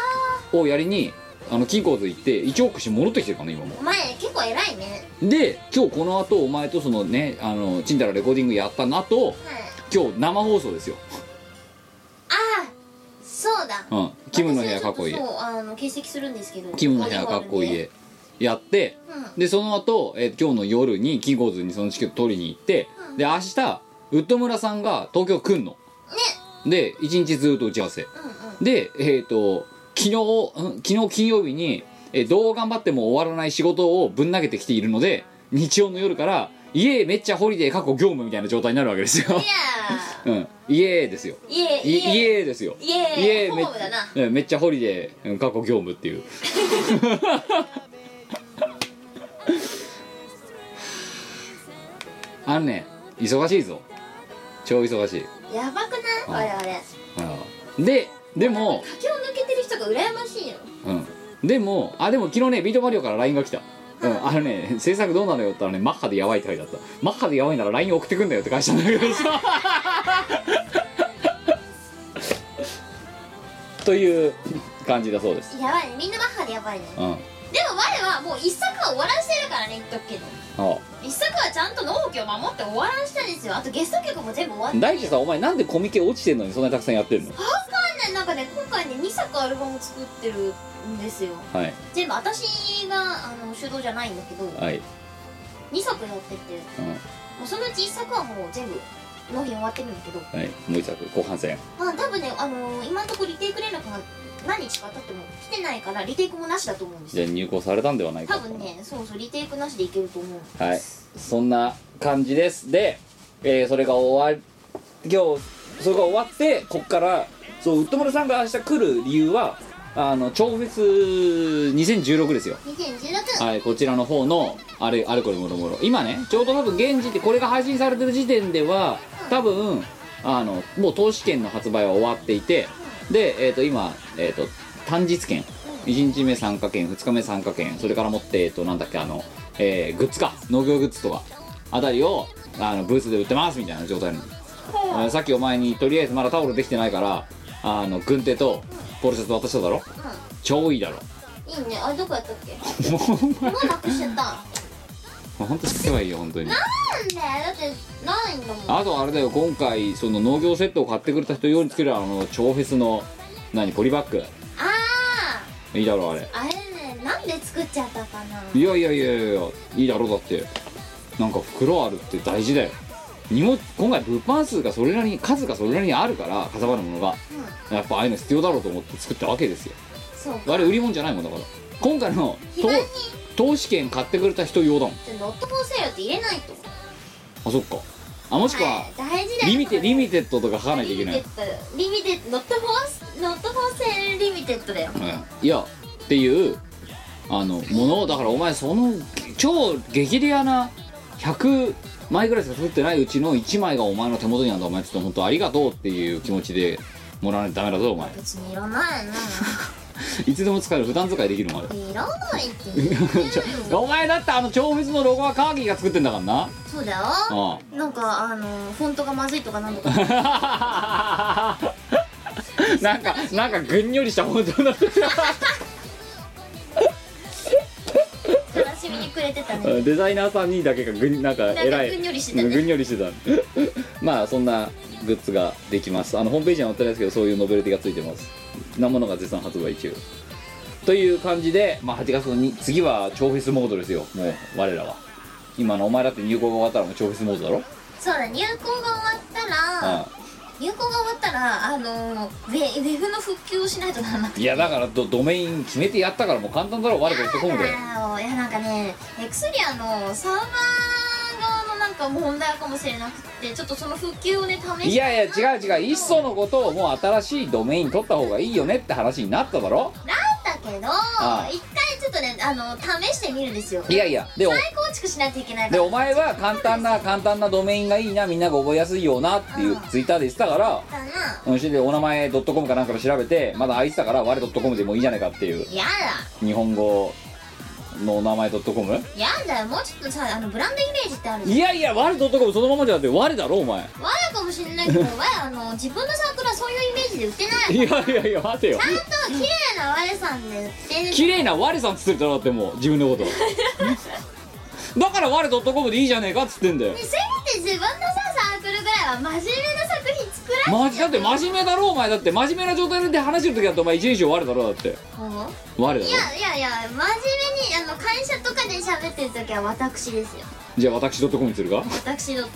S4: をやりにあの金庫と行って1億して戻ってきてるからね今も
S5: お前結構偉いね
S4: で今日この後お前とそのねあのチンタラレコーディングやったなと
S5: はい
S4: 今日生放送ですよ、
S5: ああそうだ
S4: うん、キムの部屋かっこいい
S5: 私はちょっとそうあの欠席するんですけど
S4: キムの部屋かっこいいでやって
S5: うんうん
S4: でその後、えー今日の夜にキンゴーズにそのチケット取りに行ってで明日ウッド村さんが東京来んので一日ずっと打ち合わせ
S5: うん
S4: でえっ、と昨日、うん昨日金曜日に、えーどう頑張っても終わらない仕事をぶん投げてきているので日曜の夜からイエーめっちゃホリデー過去業務みたいな状態になるわけですよう
S5: い、や
S4: ん、イエーですよ
S5: ーいえ
S4: イ
S5: い
S4: イ
S5: え
S4: エーですよ
S5: イエー
S4: めっ
S5: ホームだな
S4: うんめっちゃホリデーうん過去業務っていう あんね忙しいぞ超忙しい
S5: やばくない我々今
S4: うんででも、
S5: 日抜けてる人が羨ましいよ
S4: うん、でもあでも昨日ねビートマリオから LINE が来た、うん、あのね制作どうなのよって言ったらねマッハでやばいって書いてあったマッハでやばいなら LINE 送ってくんだよって返したんだけどさという感じだそうです
S5: やばいねみんなマッハでやばいねで
S4: う
S5: も
S4: んあ
S5: 我はもう一作は終わらせてるからね言っとくけど一作はちゃんと納期を守って終わらしたんですよあとゲスト曲も全部終わって
S4: 大地さんお前なんでコミケ落ちてんのにそんなにたくさんやってるの
S5: んなんかね今回ね2作アルバム作ってるんですよ
S4: はい
S5: 全部私があの主導じゃないんだけど
S4: はい、
S5: 2作やってて
S4: う
S5: もうそのうち1作はもう全部納品終わってるんだけど
S4: ん、はいもう一作後半戦
S5: まあ多分ねあのー今のところリテイク連絡が何日か経っても来てないからリテイクもなしだと思うんです
S4: じゃ
S5: よ
S4: あ入稿されたんではないか
S5: 多
S4: と
S5: 分ねそうそうリテイクなしでいけると思う
S4: はいそんな感じですで、えーそれが終わり今日それが終わってこっからそうウッドモルさんが明日来る理由はあの超フェス2016ですよ
S5: 2016
S4: はいこちらの方のあれあれこれもろもろ今ねちょうど多分現時点これが配信されてる時点では多分あのもう投資券の発売は終わっていてでえっ、と今えっ、と単日券1日目参加券2日目参加券それから持ってえっ、となんだっけあの、えーグッズか農業グッズとかあたりをあのブースで売ってますみたいな状態なのあのさっきお前にとりあえずまだタオルできてないからあの軍手とポルシャツ渡しただろ超いいだろ
S5: いいねあれどこやったっけ
S4: もうお前
S5: もうなくしちゃったな
S4: ほんと聞けばいいよ本当に
S5: んだよだってないんだもん
S4: あとあれだよ今回その農業セットを買ってくれた人用に作るあの超フェスの何ポリバッグ
S5: あ
S4: いいだろあれ
S5: ああれねなんで作っちゃったかない
S4: やいやいやいやいいだろだってなんか袋あるって大事だよ荷物今回物販数がそれなりに数がそれなりにあるからかさばるものがやっぱああいうの必要だろうと思って作ったわけですよ
S5: そうか
S4: あれ売り物じゃないもんだから今回の
S5: 非
S4: と
S5: 売品
S4: 投資券買ってくれた人用だもん
S5: ってノットフォーセールって入れないと
S4: あそっかあもしくは
S5: はい大事だよ
S4: リミテリミテッドとか書かないとい
S5: リ
S4: け
S5: ミ
S4: な
S5: テ
S4: い
S5: ッドリミテッドノットフォースノットフォーセールリミテッドだよ
S4: うんいやっていうあのものをだからお前その超激レアな100枚ぐらいしか作ってないうちの1枚がお前の手元にあるんだお前ちょっと本当ありがとうっていう気持ちでもらわないとダメだぞお前
S5: 別にいらないな
S4: いつでも使える普段使いできるもんあれ
S5: いらないって言
S4: ち
S5: って
S4: ょ
S5: よ
S4: お前だってあの超別のロゴはカーギーが作ってんだからな
S5: そうだよ
S4: あ
S5: なんかあのフォントがまずいとかなんとか
S4: あなんかなんかぐんよりした本当の
S5: 悲しみにくれてたね
S4: デザイナーさんにだけがぐんなんか 偉い
S5: なんかぐんよりしてたね
S4: ぐんよりしてた まあそんなグッズができますあのホームページには載ってないですけどそういうノベルティがついてますなものが絶賛発売中という感じで、まあ、8月のに次は超フェスモードですよもう我らは今のお前だって入稿が終わったらもう超フェスモードだろ
S5: そうだ入稿が終わったら
S4: あ
S5: 入稿が終わったらあのウェウェブの復旧をしないとならなくて
S4: いやだからドドメイン決めてやったからもう簡単だろ我ら
S5: あ
S4: .com で
S5: ーいやなんかねエクスリアのサーバー側のなんか問題かもしれなくてちょっとその復旧をね試して
S4: いやいや違う違ういっそのことをもう新しいドメイン取った方がいいよねって話になっただろ
S5: だけど
S4: あ
S5: 一回ちょっとねあの試してみるんですよ
S4: いやいやでも
S5: 再構築しないといけないか
S4: で
S5: ら
S4: お前は簡単な簡単なドメインがいいなみんなが覚えやすいよなっていうツイッターで言ってたから
S5: だな
S4: うんそしてお名前 .com かなんかで調べてまだ空いてたから我 .com でもいいじゃないかっていう
S5: や
S4: 日本語のお名前 .com?
S5: だやだよもうちょっとさあのブランドイメージってあるじゃん
S4: いやいや我 .com そのままじゃなくて我だろお前
S5: わやかもしれないけどわやあの自分のサークルはそういうイメージで売ってない
S4: いやいやいや待てよ
S5: ちゃんと綺麗なわやさんで売ってる
S4: 綺麗な我さんっつってるだろだってもう自分のことだから我 .com でいいじゃねえかっつってんだよ
S5: せめて自分のさサークルぐらいは真面目な作品作ら
S4: マジだって真面目だろお前だって真面目な状態で話してる時だってお前一年以上我だろだって
S5: もう
S4: 我だ
S5: い
S4: ろ
S5: やいやいや真面目にあの会社とかで喋ってる時は私ですよ
S4: じゃあ私 .com にするか
S5: 私 .com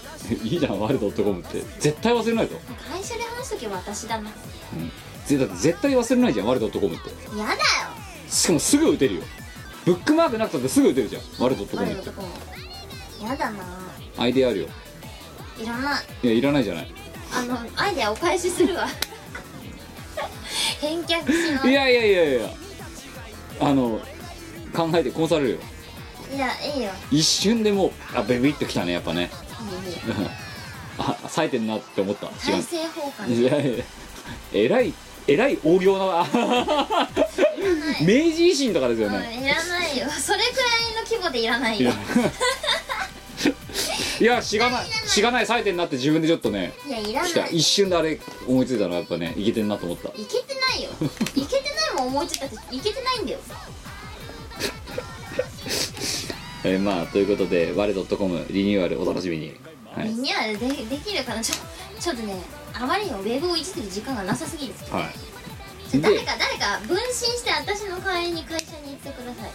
S4: いいじゃんワールド .com って絶対忘れないと
S5: 会社で話す時は私だな
S4: ぜだって絶対忘れないじゃんワールド .com って
S5: やだよ
S4: しかもすぐ打てるよブックマークなくたってすぐ打てるじゃんワールド
S5: 我
S4: .com っ
S5: の
S4: て
S5: とこもやだな
S4: アイデアあるよ
S5: いらない
S4: いやいらないじゃない
S5: あのアイデアお返しするわ返却します
S4: いやいやいやいやあの考えてこうされるよ
S5: いやいいよ
S4: 一瞬でもうあベビッときたねやっぱね
S5: いいいい
S4: あ冴えてんなって思った違
S5: 大政奉還
S4: ういやいやえらいえらい横領だな 明治維新とかですよね、
S5: うんいらないよそれくらいの規模でいらない
S4: い
S5: よ
S4: や いやしがないしがない冴えてんなって自分でちょっとね
S5: いやいら
S4: 来
S5: な
S4: た
S5: いい
S4: 一瞬であれ思いついたのはやっぱねいけてんなと思った
S5: けて ないよいけてないもん思いついたっていけてないんだよ
S4: えーまあということで「我 .com」リニューアルお楽しみに、はい
S5: リニューアルでできるかなちょちょっとねあまりにもウェブをいじってる時間がなさすぎる
S4: はい、
S5: 誰
S4: で
S5: か誰か分身して私の代わりに会社に行ってください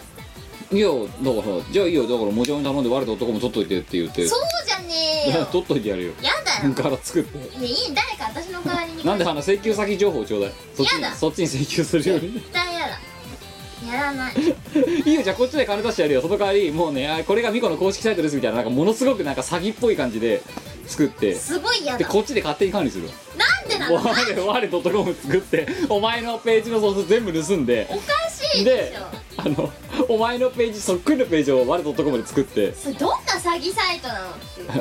S4: いやだからじゃあいいよだからもちろん頼んで「我 .com」取っといてって言って
S5: そうじゃねえよ
S4: 取っといてやるよ
S5: やだよ
S4: から作って
S5: いやいい誰か私の代わりに
S4: なんであの請求先情報ちょうだいそっちに
S5: やだ
S4: そっちに請求するよう に
S5: 絶対やだやらない
S4: いいよじゃあこっちで金出してやるよその代わりもうねあこれがミコの公式サイトですみたいななんかものすごくなんか詐欺っぽい感じで作って
S5: すごいや
S4: で
S5: だ
S4: こっちで勝手に管理するわ
S5: なんでなのおか
S4: 我我 .com 作ってお前のページのソース全部盗んで
S5: しいで
S4: で
S5: しょ
S4: あのお前のページそっくりのページを我 .com で作って
S5: それどんな詐欺サイトなのっ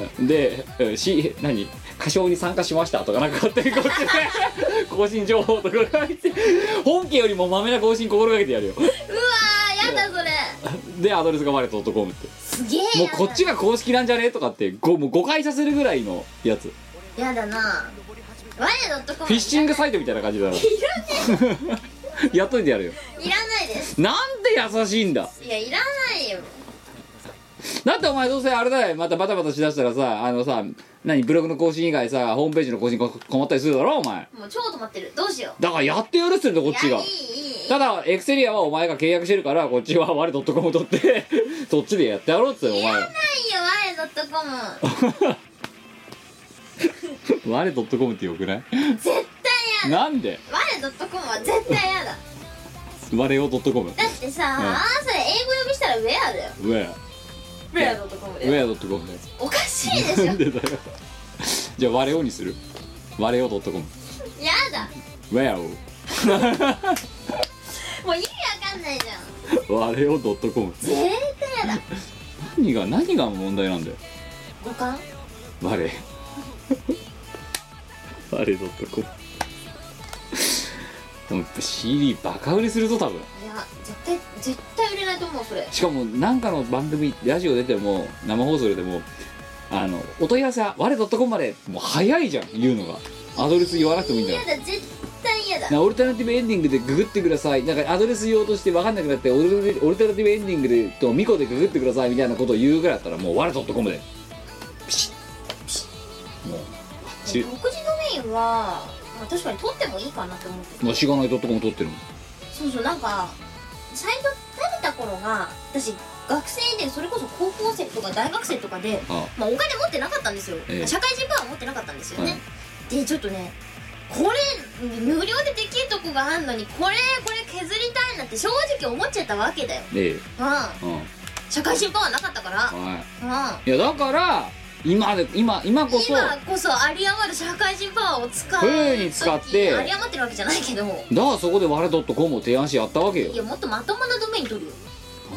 S5: ていう
S4: でうんし何歌唱に参加しましたとかなんか勝手にこっちで 更新情報とか書いて本家よりもまめな更新心がけてやるよ
S5: うわーやだそれ
S4: でアドレスが我 .com って
S5: すげえ
S4: もう
S5: やだ
S4: こっちが公式なんじゃねとかってごもう誤解させるぐらいのやつ
S5: やだな我ドットコム
S4: フィッシングサイトみたいな感じだな やっといてやるよ
S5: いらないです
S4: なんで優しいんだ
S5: いやいらないよ
S4: だってお前どうせあれだよまたバタバタしだしたらさあのさ何ブログの更新以外さホームページの更新こ困ったりするだろお前
S5: もう超止まってるどうしよう
S4: だからやってやるっつってんだよこっちが
S5: いやいいいい
S4: ただエクセリアはお前が契約してるからこっちは我 .com 取って そっちでやってやろうっつってお前
S5: いいよ我ドットコム
S4: 我 .com ってよくない
S5: 絶対やだ
S4: なんで
S5: 我ドットコムは絶対 やだ
S4: 我を .com
S5: だってさ、
S4: うん
S5: それ英語呼びしたらウェアだよ
S4: ウェア
S5: ウェアドットコムだ
S4: ウ
S5: よ
S4: ェア .com で
S5: おかしいでしょ
S4: なんでだよじゃあ我をにする我を .com
S5: やだ
S4: ウェアを
S5: もう意味わかんないじゃん
S4: 我を .com
S5: 絶対やだ
S4: 何が何が問題なんだよ
S5: 五感
S4: 我我 .com でも CD バカ売れするぞ多分
S5: いや絶対絶対売れないと思うそれ
S4: しかもなんかの番組ラジオ出ても生放送でもあのお問い合わせは我 .com までもう早いじゃん言うのがアドレス言わなくてもいいんだよ
S5: やだ絶対やだ
S4: なオルタナティブエンディングでググってくださいなんかアドレス用として分かんなくなってオルオルタナティブエンディングでとミコでググってくださいみたいなことを言うぐらいだったらもう我 .com でピシッピシッもうあっち
S5: 独自ドメインは、まあ、確かに取ってもいいかなって思って
S4: もうしがない .com 取ってるもん
S5: そうそうなんかサイト立てた頃が私学生でそれこそ高校生とか大学生とかで、
S4: あ
S5: まあ、お金持ってなかったんですよ、
S4: ええ
S5: 社会人分は持ってなかったんですよね、
S4: は
S5: でちょっとねこれ無料でできるとこがあんのにこれこれ削りたいなって正直思っちゃったわけだよ、
S4: え
S5: う
S4: えうん
S5: ん、社会人分はなかったから、
S4: は
S5: うん
S4: いいやだから今で今今こそ
S5: 今こそ有り余る社会人パワーを使う
S4: ふうに使って
S5: 有り余ってるわけじゃないけどい
S4: だからそこで我 .com を提案してやったわけよ
S5: やもっとまともなドメイン取るよ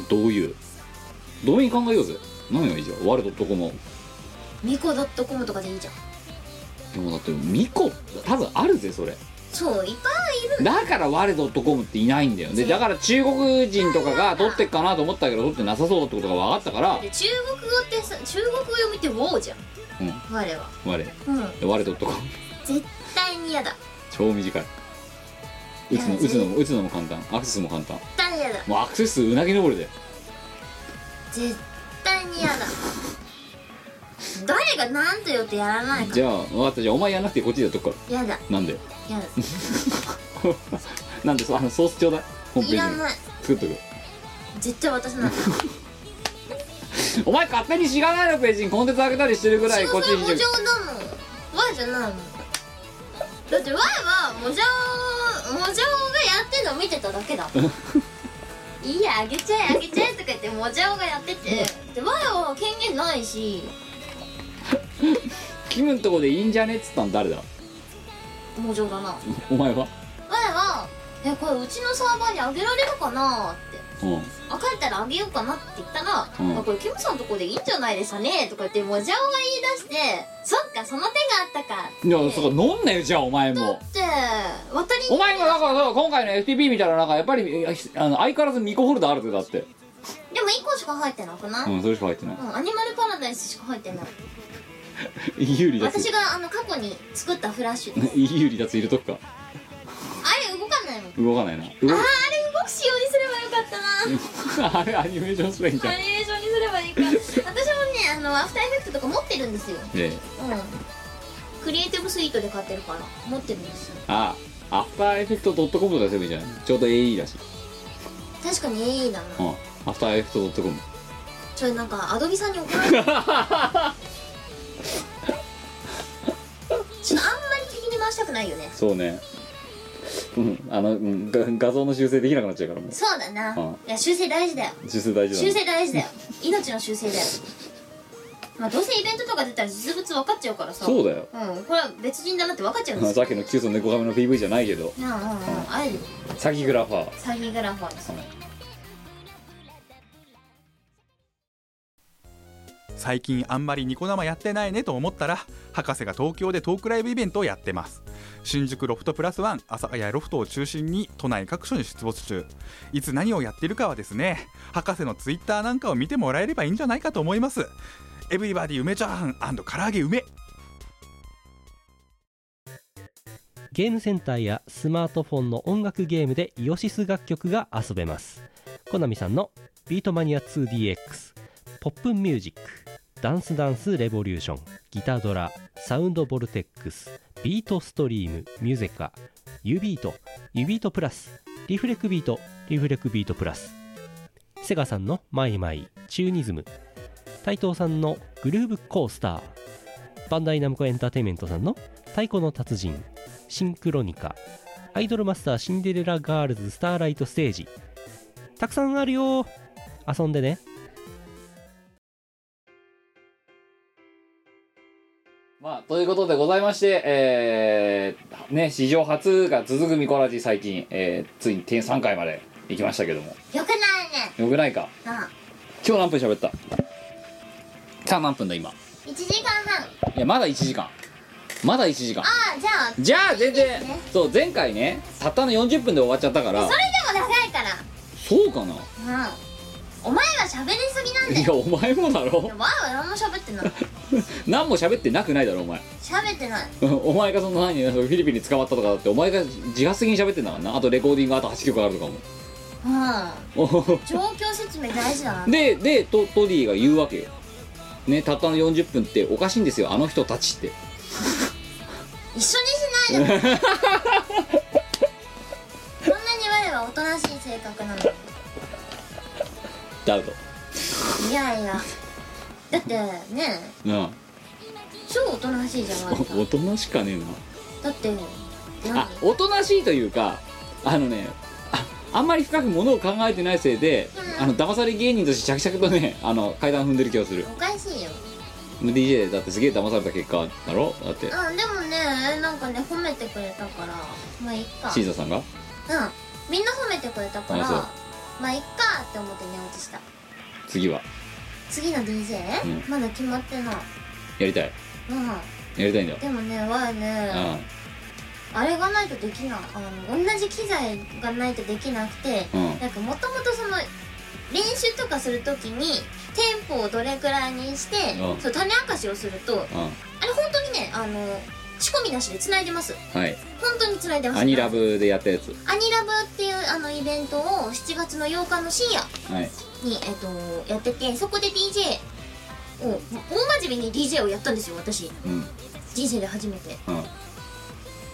S4: どういうドメイン考えようぜ何がいいじゃん我 .com
S5: ミコ .com とかでいいじゃん
S4: でもだってミコ多分あるぜそれ
S5: そういっぱいいる
S4: だから我 .com っていないんだよねだから中国人とかが取ってっかなと思ったけど取ってなさそうだってことが分かったから
S5: で中国語ってさ中国語読みってウォーじゃん、
S4: うん
S5: 我は
S4: 我
S5: うん
S4: 我 .com
S5: 絶対に嫌だ
S4: 超短い打つの打つのも打つのも簡単アクセスも簡単
S5: 絶対嫌だ
S4: もうアクセス数うなぎ登りで
S5: 絶対に嫌だ誰が何と言うとやらないか
S4: じゃあ分かったじゃあお前やんなくていいこっちでやっとくか
S5: らやだ
S4: らなんで
S5: やだ
S4: なんでそあのソースちょうだいホーム
S5: い
S4: ペ
S5: ら
S4: ージに
S5: ない
S4: 作っとく
S5: 絶対渡さない
S4: お前勝手にしがないのページにコンテンツ上げたりしてるぐらいこっち
S5: それ
S4: に
S5: も
S4: し
S5: じゃ
S4: て
S5: だもん Y じゃないもんだって Y はもじゃおもじゃおがやってんの 見てただけだもんいいやあげちゃえあげちゃえとか言ってもじゃおがやっててでって前は権限ないし
S4: キムんとこでいいんじゃねっつったの誰だ
S5: もう上だな
S4: お前は
S5: 前はえこれうちのサーバーにあげられるかなって
S4: うん
S5: あ帰ったらあげようかなって言ったら「
S4: うん
S5: あこれキムさんのとこでいいんじゃないですかね」とか言ってもじゃおが言い出して「そっかその手があったか」
S4: いやそっか飲んなよじゃあお前も
S5: って渡りに
S4: お前もなんかなんか今回の FTP みたいななんかやっぱりああの相変わらずミコホルダーあるってだって
S5: でも1個しか入ってなくない、
S4: う
S5: うん
S4: んそれしか入ってない
S5: アニマルパラダイスしか入ってない
S4: 有利だつ
S5: 私があの過去に作ったフラッシュです
S4: 有利だつ入れとくか
S5: あれ動かないもん
S4: 動かないな
S5: あああれ動く仕様にすればよかったな
S4: 動 あれアニメーションスペインじゃん
S5: アニメーションにすればいいか私もねあのアフターエフェクトとか持ってるんですよ
S4: ええ
S5: うんクリエイティブスイートで買ってるから持ってるんですよ
S4: あアフターエフェクト .com とかすればいいじゃんちょうど AE だし
S5: 確かに AE だな
S4: うんアフターエフェクト .com
S5: ちょなんかアドビさんに怒られるちょっとあん まり敵に回したくないよね
S4: そうねうんあのうんが画像の修正できなくなっちゃうからもう
S5: そうだな、
S4: うん
S5: いや修正大事だよ
S4: 修正大事だ
S5: 修正大事だよ命の修正だよまあどうせイベントとか出たら実物分かっちゃうからさ
S4: そうだよ
S5: うんこれは別人だなって分かっちゃうんです
S4: さ
S5: よ
S4: っきのキュート猫髪の PV じゃないけど
S5: うんうんうんあれ
S4: 詐欺グラファー
S5: 詐欺グラファーです
S6: 最近あんまりニコ生やってないねと思ったら博士が東京でトークライブイベントをやってます新宿ロフトプラスワン朝早ロフトを中心に都内各所に出没中いつ何をやってるかはですね博士のツイッターなんかを見てもらえればいいんじゃないかと思いますエブリバディ梅チャーハン唐揚げ梅
S7: ゲームセンターやスマートフォンの音楽ゲームでイオシス楽曲が遊べますコナミさんの「ビートマニア 2DX」「ポップンミュージック」「ダンスダンスレボリューション」「ギタードラ」「サウンドボルテックス」「ビートストリーム」「ミュゼカ」「ユビート」「ユビートプラス」「リフレクビート」「リフレクビートプラス」セガさんの「マイマイ」「チューニズム」タイトーさんの「グルーブコースター」バンダイナムコエンターテインメントさんの「太鼓の達人」シンクロニカ、アイドルマスターシンデレラガールズスターライトステージ。たくさんあるよ遊んでね。
S4: まあ、ということでございまして、えー、ね、史上初が続くミコラジ最近、えー、ついに点3回まで行きましたけども。
S5: よくないね
S4: よくないか
S5: ああ
S4: 今日何分喋ったさあ何分だ今。
S5: 1時間半
S4: いや、まだ1時間。まだ1時間。
S5: ああじゃあ
S4: じゃあ全然、
S5: いいですね
S4: そう、前回ね、たったの40分で終わっちゃったから
S5: そ、れでも長いから
S4: そうかな
S5: うんお前は喋りすぎなんだ
S4: い
S5: よ
S4: や、お前もだ
S5: い
S4: ろ
S5: やわーは何も喋ってない
S4: 何も喋ってなくないだろ、お前。
S5: 喋ってない
S4: うんお前がその何、フィリピンに捕まったとかだって、お前が自発的に喋ってんだからな。あとレコーディングあと8曲あるとかも。
S5: うん状況説明大事だ な
S4: ででトトディが言うわけよねたったの40分っておかしいんですよあの人たちって
S5: 一緒にしないで もこんなに我はおとなしい性格なの
S4: ダウト
S5: いやいやだってね
S4: な
S5: 超おとなしいじゃ
S4: あ
S5: ないか
S4: おおとなしかね
S5: だって
S4: え
S5: 何
S4: なあおとなしいというかあのねああんまり深くものを考えてないせいで、
S5: うん
S4: あの騙され芸人として着々とねあの階段踏んでる気がする
S5: おかしいよ
S4: DJ だってすげえ騙された結果だろだって
S5: うんでもねなんかね褒めてくれたからまあいっか
S4: シーザーさんが
S5: うんみんな褒めてくれたから
S4: あそう
S5: まあいっかって思って寝落ちした
S4: 次は
S5: 次の DJ、
S4: うん
S5: まだ決まってない
S4: やりたい
S5: うん
S4: やりたいんだよ、
S5: でもねわあね、あれがないとできないあの同じ機材がないとできなくて
S4: うんうん
S5: なんかもともとその練習とかするときにテンポをどれくらいにして
S4: うん
S5: そう種明かしをすると
S4: う
S5: あれ本当にねあの仕込みなしで繋いでます
S4: んはい
S5: 本当に繋いでます
S4: アニラブでやったやつ
S5: アニラブっていうあのイベントを7月の8日の深夜
S4: はい
S5: に、えっとやっててそこで DJ を大真面目に DJ をやったんですよ私
S4: うん
S5: 人生で初めて
S4: うん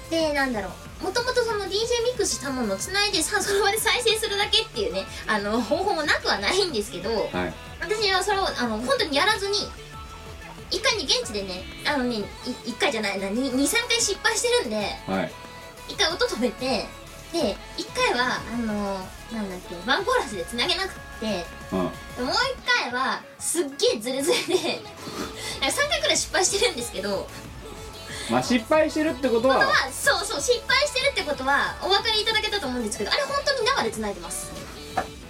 S5: でなんだろうもともとその DJ ミックスしたものをつないでさその場で再生するだけっていうねあの方法もなくはないんですけど
S4: はい
S5: 私はそれをあの本当にやらずに一回に現地でねあのねい一回じゃないな23回失敗してるんで
S4: はい
S5: 一回音止めてで一回はあのなんだっけワンコーラスで繋げなくって
S4: うん
S5: でもう一回はすっげえズレズレでなんか3回くらい失敗してるんですけど
S4: まあ失敗してるってことは
S5: まあそうそう失敗してるってことはお分かりいただけたと思うんですけどあれ本当に生で繋いでます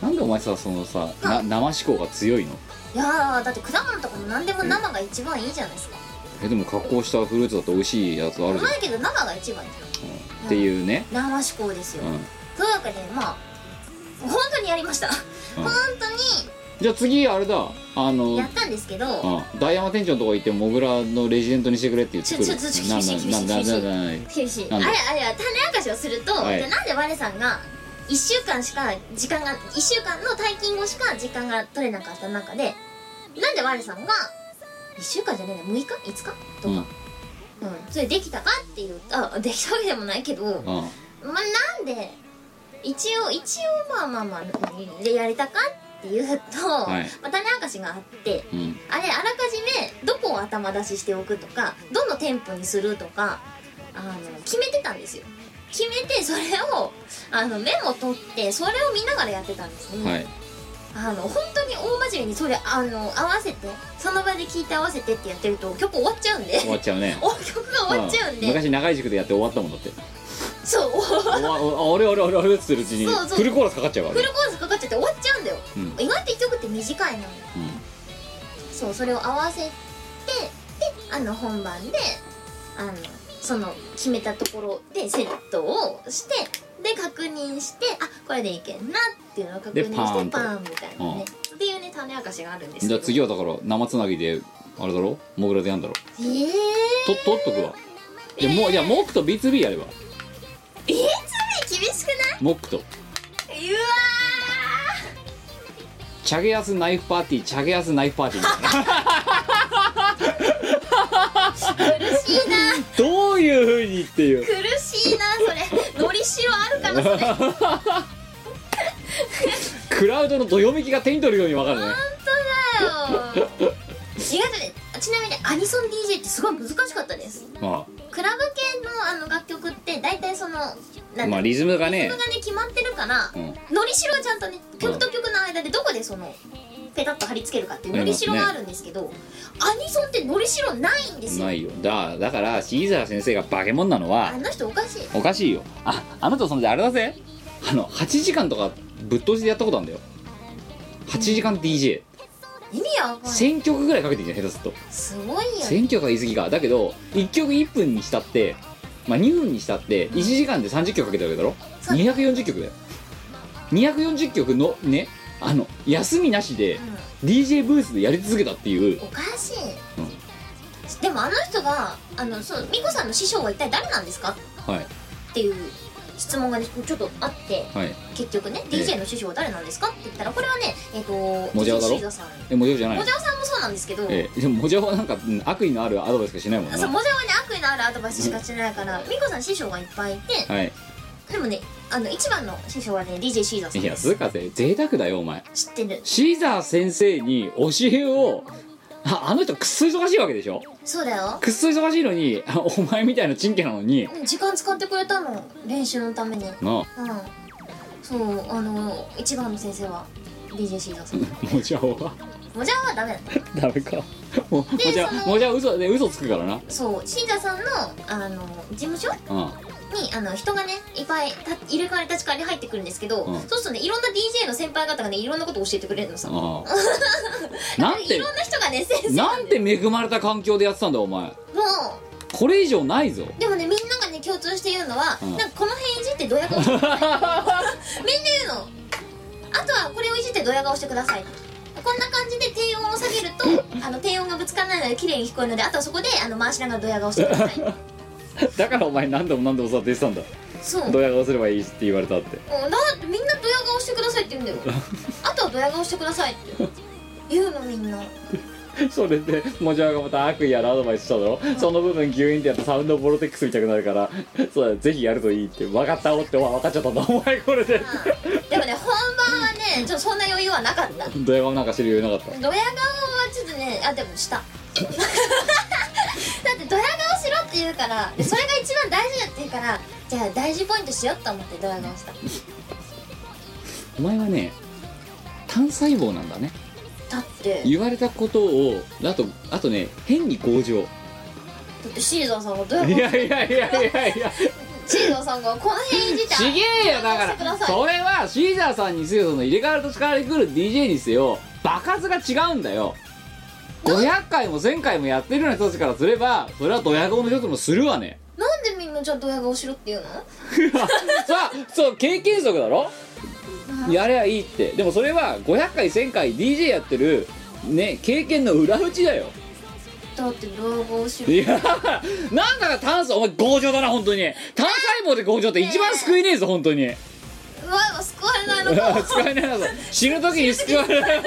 S4: なんでお前さそのさな生思考が強いの
S5: いやーだって果物とかも何でも生が一番いいじゃないですか
S4: えでも加工したフルーツだって美味しいやつあ
S5: う
S4: るじゃん
S5: まいけど生が一番いい
S4: っていうね
S5: 生志向ですよ、
S4: うん
S5: というわけでまあ本当にやりました、
S4: うん
S5: 本当に
S4: じゃあ次あれだあの
S5: やったんですけど、
S4: うんダイヤマ店長のとこ行ってモグラのレジデントにしてくれって言ってくる
S5: ちょちょちょ
S4: なん
S5: 厳しい
S4: なんなん
S5: 厳し
S4: な
S5: い
S4: んなんなん
S5: 厳しい
S4: な
S5: あ
S4: ん
S5: れ
S4: で
S5: あれ種明かしをすると、
S4: はい
S5: でなんで我さんが1週間しか時間が1週間の退勤後しか時間が取れなかった中でなんで我さんが1週間じゃねえな6日5日とか、う
S4: うんん
S5: それできたかっていうあできたわけでもないけど、ま
S4: うん
S5: あなんで一応一応まあまあまあでやりたかっていうと、
S4: はい
S5: まあ、種明かしがあって
S4: うん
S5: あれあらかじめどこを頭出ししておくとかどの店舗にするとかあの決めてたんですよ決めてそれをあのメモ取ってそれを見ながらやってたんですね、
S4: はい
S5: あの本当に大真面目にそれあの合わせてその場で聞いて合わせてってやってると曲終わっちゃうんで
S4: 終わっちゃうね
S5: お曲が終わっちゃうん
S4: ん
S5: で
S4: 昔長い塾でやって終わったもんだって
S5: そう
S4: おわおあれあれあれあれって言ってるうちに
S5: そうそう
S4: フルコーラスかかっちゃうか
S5: フ
S4: ら
S5: ル
S4: ね
S5: コースかかっちゃって終わっちゃうんだよ
S4: うん
S5: 意外と1曲って短いのよ
S4: うん
S5: そうそれを合わせてであの本番であのその決めたところでセットをしてで確認してあこれでいけんなっていうのを確認して
S4: で
S5: パ
S4: パー
S5: ーン
S4: ンと
S5: みたいなね、っていうね種明かしがあるんですけど
S4: じゃあ次はだから生つなぎであれだろモグラでやんだろ
S5: えー、
S4: と取っとくわじゃあもうじゃあモックと B2B やれば
S5: えー、次厳しくな
S4: モックと
S5: いうわ
S4: チャゲアスナイフパーティーチャゲアスナイフパーティーみたいな
S5: ー苦しいな
S4: どういうふうにっていう
S5: 苦しいなそれのりしろあるかなそれ本
S4: クラウドのどよめきが手に取るように分かるね
S5: 当だよ意外とねちなみにアニソン DJ ってすごい難しかったです
S4: ま
S5: クラブ系のあの楽曲って大体そのな
S4: あ
S5: ん
S4: ま
S5: だ
S4: あ
S5: リ
S4: リズムが
S5: ズ
S4: ね
S5: ムがね決まってるから、
S4: うん
S5: のりしろはちゃんとね曲と曲の間でどこでそのペタッと貼り付けるかっていうのりしろがあるんですけどアニソンってのりしろないんですよ
S4: ないよだだからシーザー先生がバケモンなのは
S5: あの人おかしい
S4: おかしいよああなたその時あれだぜあの8時間とかぶっ通しでやったことあるんだよ8時間 DJ1000、
S5: 意味わかんない
S4: 1000曲ぐらいかけてんじゃん下手すると
S5: すごいよね
S4: 1000曲は言い過ぎかだけど1曲1分にしたってまあ2分にしたって1時間で30曲かけてるわけだろ
S5: そう
S4: 240曲だよ240曲のねあの休みなしで
S5: うん
S4: DJ ブースでやり続けたっていう
S5: おかしい、
S4: うん
S5: でもあの人があのそう美子さんの師匠は一体誰なんですか
S4: はい
S5: っていう質問がねちょっとあって
S4: はい
S5: 結局ね
S4: ええ
S5: DJ の師匠は誰なんですかって言ったらこれはねえっ、と
S4: もじゃおだろ
S5: シーザーさん
S4: えもじゃおじゃない
S5: モジャオさんもそうなんですけど、
S4: ええでももじゃおはなんかうん悪意のあるアドバイスしかしないもんな
S5: そうモジャオはね悪意のあるアドバイスしかしてないから美子さん師匠がいっぱいいて
S4: はい
S5: でもねあの一番の師匠はね DJ シーザーさん
S4: いや
S5: で
S4: 鈴
S5: す
S4: 風贅沢だよお前
S5: 知ってる
S4: シーザー先生に教えをああの人くっそ忙しいわけでしょ
S5: そうだよ
S4: くっそ忙しいのにあお前みたいなチンケなのに
S5: うん時間使ってくれたの練習のためにうん
S4: なあも
S5: そうあの一番の先生は DJ シーザーさん
S4: じゃおは
S5: モジャオはダメだった
S4: ダメかももじゃ
S5: その
S4: もじゃ嘘で嘘つくからな
S5: そうシーザーさんのあの事務所
S4: うん
S5: にあの人がねいっぱいた入れ替わり立ち替わり入ってくるんですけど、
S4: うん
S5: そうするとねいろんな DJ の先輩方がねいろんなことを教えてくれるのさ
S4: ああなん
S5: い
S4: て
S5: ろんな人がね先生も
S4: なんて恵まれた環境でやってたんだお前これ以上ないぞ
S5: うでもねみんながね共通して言うのは、
S4: うん
S5: なんかこの辺いじってドヤ顔してくださいみんな言うのあとはこれをいじってドヤ顔してくださいこんな感じで低音を下げる とあの低音がぶつからないので綺麗に聞こえるのであとはそこであの回しながらドヤ顔してください
S4: だからお前何度も何度もさ出てたんだ
S5: そう
S4: ドヤ顔すればいいって言われたって
S5: うんだってみんなドヤ顔してくださいって言うんだよあとはドヤ顔してくださいって言うのみんな
S4: それでもじゃがまた悪意あるアドバイスしただろその部分ギュインってやったらサウンドボロテックスみたくなるからそうだぜひやるといいって分かったおってわ分かっちゃったんだお前これで
S5: でもね本番はねちょっとそんな余裕はなかった
S4: ドヤ顔なんかしてる余裕なかっ
S5: ドヤ顔はちょっとねあでもした だってドヤ顔しろって言うからでそれが一番大事だって言うからじゃあ大事ポイントしようと思って動画をした
S4: お前はね単細胞なんだね
S5: だって
S4: 言われたことをあとあとね変に強情
S5: だってシーザーさんがドラゴ
S4: い
S5: ン
S4: やいやいやいやいや
S5: シーザーさんがこの辺いじった
S4: ちげえよだからそれはシーザーさんにせよその入れ替わると力で来る DJ にせよ場数が違うんだよ500回も1000回もやってるような人たちからすればそれはドヤ顔の人ともするわ ね
S5: なんでみんなじゃあドヤ顔しろって言うの
S4: さあそう経験則だろやればいいってでもそれは500回1000回 DJ やってるね経験の裏打ちだよ
S5: だってドヤ顔しろ
S4: いやなんだか炭素お前強情だな本当に単細胞で強情って一番救いねえぞ本当に
S5: うわもう救われないのか
S4: あ使えないなぞ死ぬ時に救われない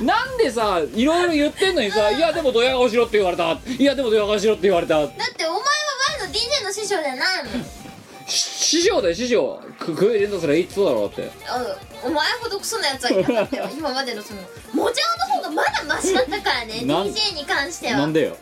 S4: なんでさいろいろ言ってんのにさ「いやでもドヤ顔しろ」って言われた「いやでもドヤ顔しろ」って言われた
S5: だってお前は前の DJ の師匠じゃないもん
S4: し師匠だよ師匠く食い連打すらいいっつうだろうって
S5: あのお前ほどクソなやつはいなかったよ今までのそのもちろんの方がまだマシだったからね
S4: なん
S5: DJ に関しては
S4: なんでよ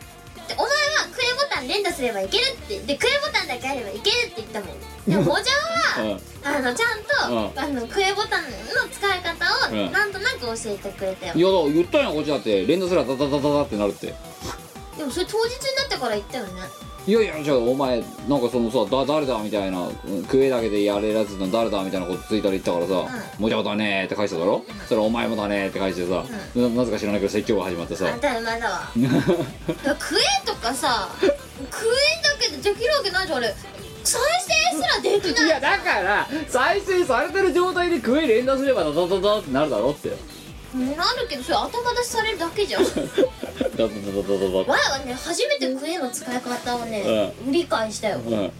S5: でお前はクエボタン連打すればいけるってでクエボタンだけあればいけるって言ったもんでももちゃ んは、あのちゃんと、
S4: うん
S5: あのクエボタンの使い方
S4: う
S5: を
S4: ん
S5: なんとなく教えてくれたよ、
S4: いやだ言ったよこっちだって連打すらダダダダダってなるって
S5: でもそれ当日になってから言ったよね
S4: いやいやじゃあお前なんかそのさだ誰だみたいなうん食えだけでやれらずの誰だみたいなことついたら言ったからさ「もちゃだね」って返しただろそれお前もだねって返してさ、ななぜか知らないけど説教が始まってさ
S5: 当たり前だ わだからクエとかさクエだけでできるわけないじゃんあれ再生すらできない
S4: いやだから再生されてる状態で食え連打すればダダダダってなるだろって
S5: なるけどそれ頭出しされるだけ じゃん前
S4: ダダダダダ
S5: はね初めてクエの使い方をね、理解したよ、
S4: ダうん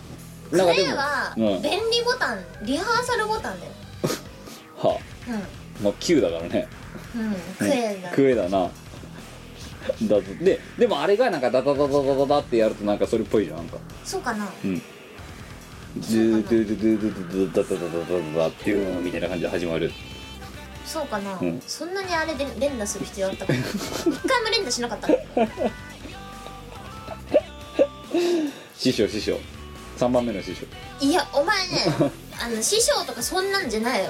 S5: ク
S4: なんかで
S5: エ
S4: も
S5: は
S4: うん
S5: 便利ボタンリハーサルボタンだよ
S4: はまあ9だからね
S5: うん、うん、クエだ
S4: 食えだなだででもあれがなんかダダダダダダダってやるとなんかそれっぽいじゃんなんか
S5: そうかな
S4: ドゥドゥドゥドゥドゥドゥダダダダダダっていうのみたいな感じで始まる
S5: そうかな、
S4: うん
S5: そんなにあれで連打する必要あった かな一回も連打しなかったもん
S4: 師匠師匠3番目の師匠
S5: いやお前 ねあの師匠とかそんなんじゃないよ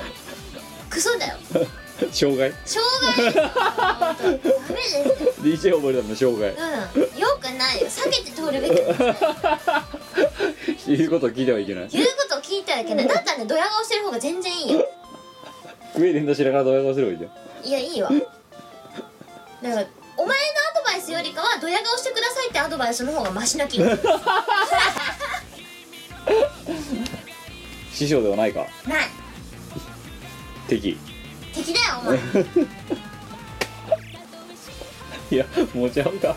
S5: クソだよ
S4: 障害
S5: 障害だよほんとダメですよ
S4: DJ 覚えたの障害
S5: うんよくないよ避けて通るべき
S4: 言うことを聞いてはいけない
S5: 言うことを聞いてはいけないだったらねドヤ顔してる方が全然いいよ
S4: 食え連打しながらドヤ顔すればいいじゃん
S5: いやいいわだからお前のアドバイスよりかはドヤ顔してくださいってアドバイスの方がマシ な気がする
S4: 師匠ではないか
S5: ない
S4: 敵
S5: 敵だよお前
S4: いや持ち合うが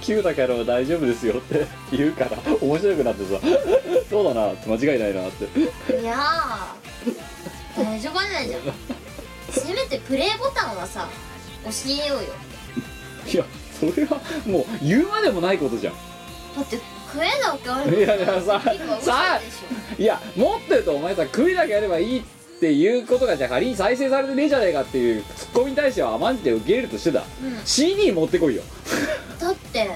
S4: 9だから大丈夫ですよって言うから面白くなってさそうだな間違いないなって
S5: いやー大丈夫ないじゃんせめてプレイボタンはさ教えようよ
S4: いやそれはもう言うまでもないことじゃん
S5: だって食えなきゃあ
S4: い
S5: れ
S4: やいやささいや持ってるとお前さ食いだけやればいいっていうことがじゃあ仮に再生されてねえじゃねえかっていうツッコミに対しては甘んじて受け入れるとしてだ、
S5: ん
S4: CD 持ってこいよ
S5: だって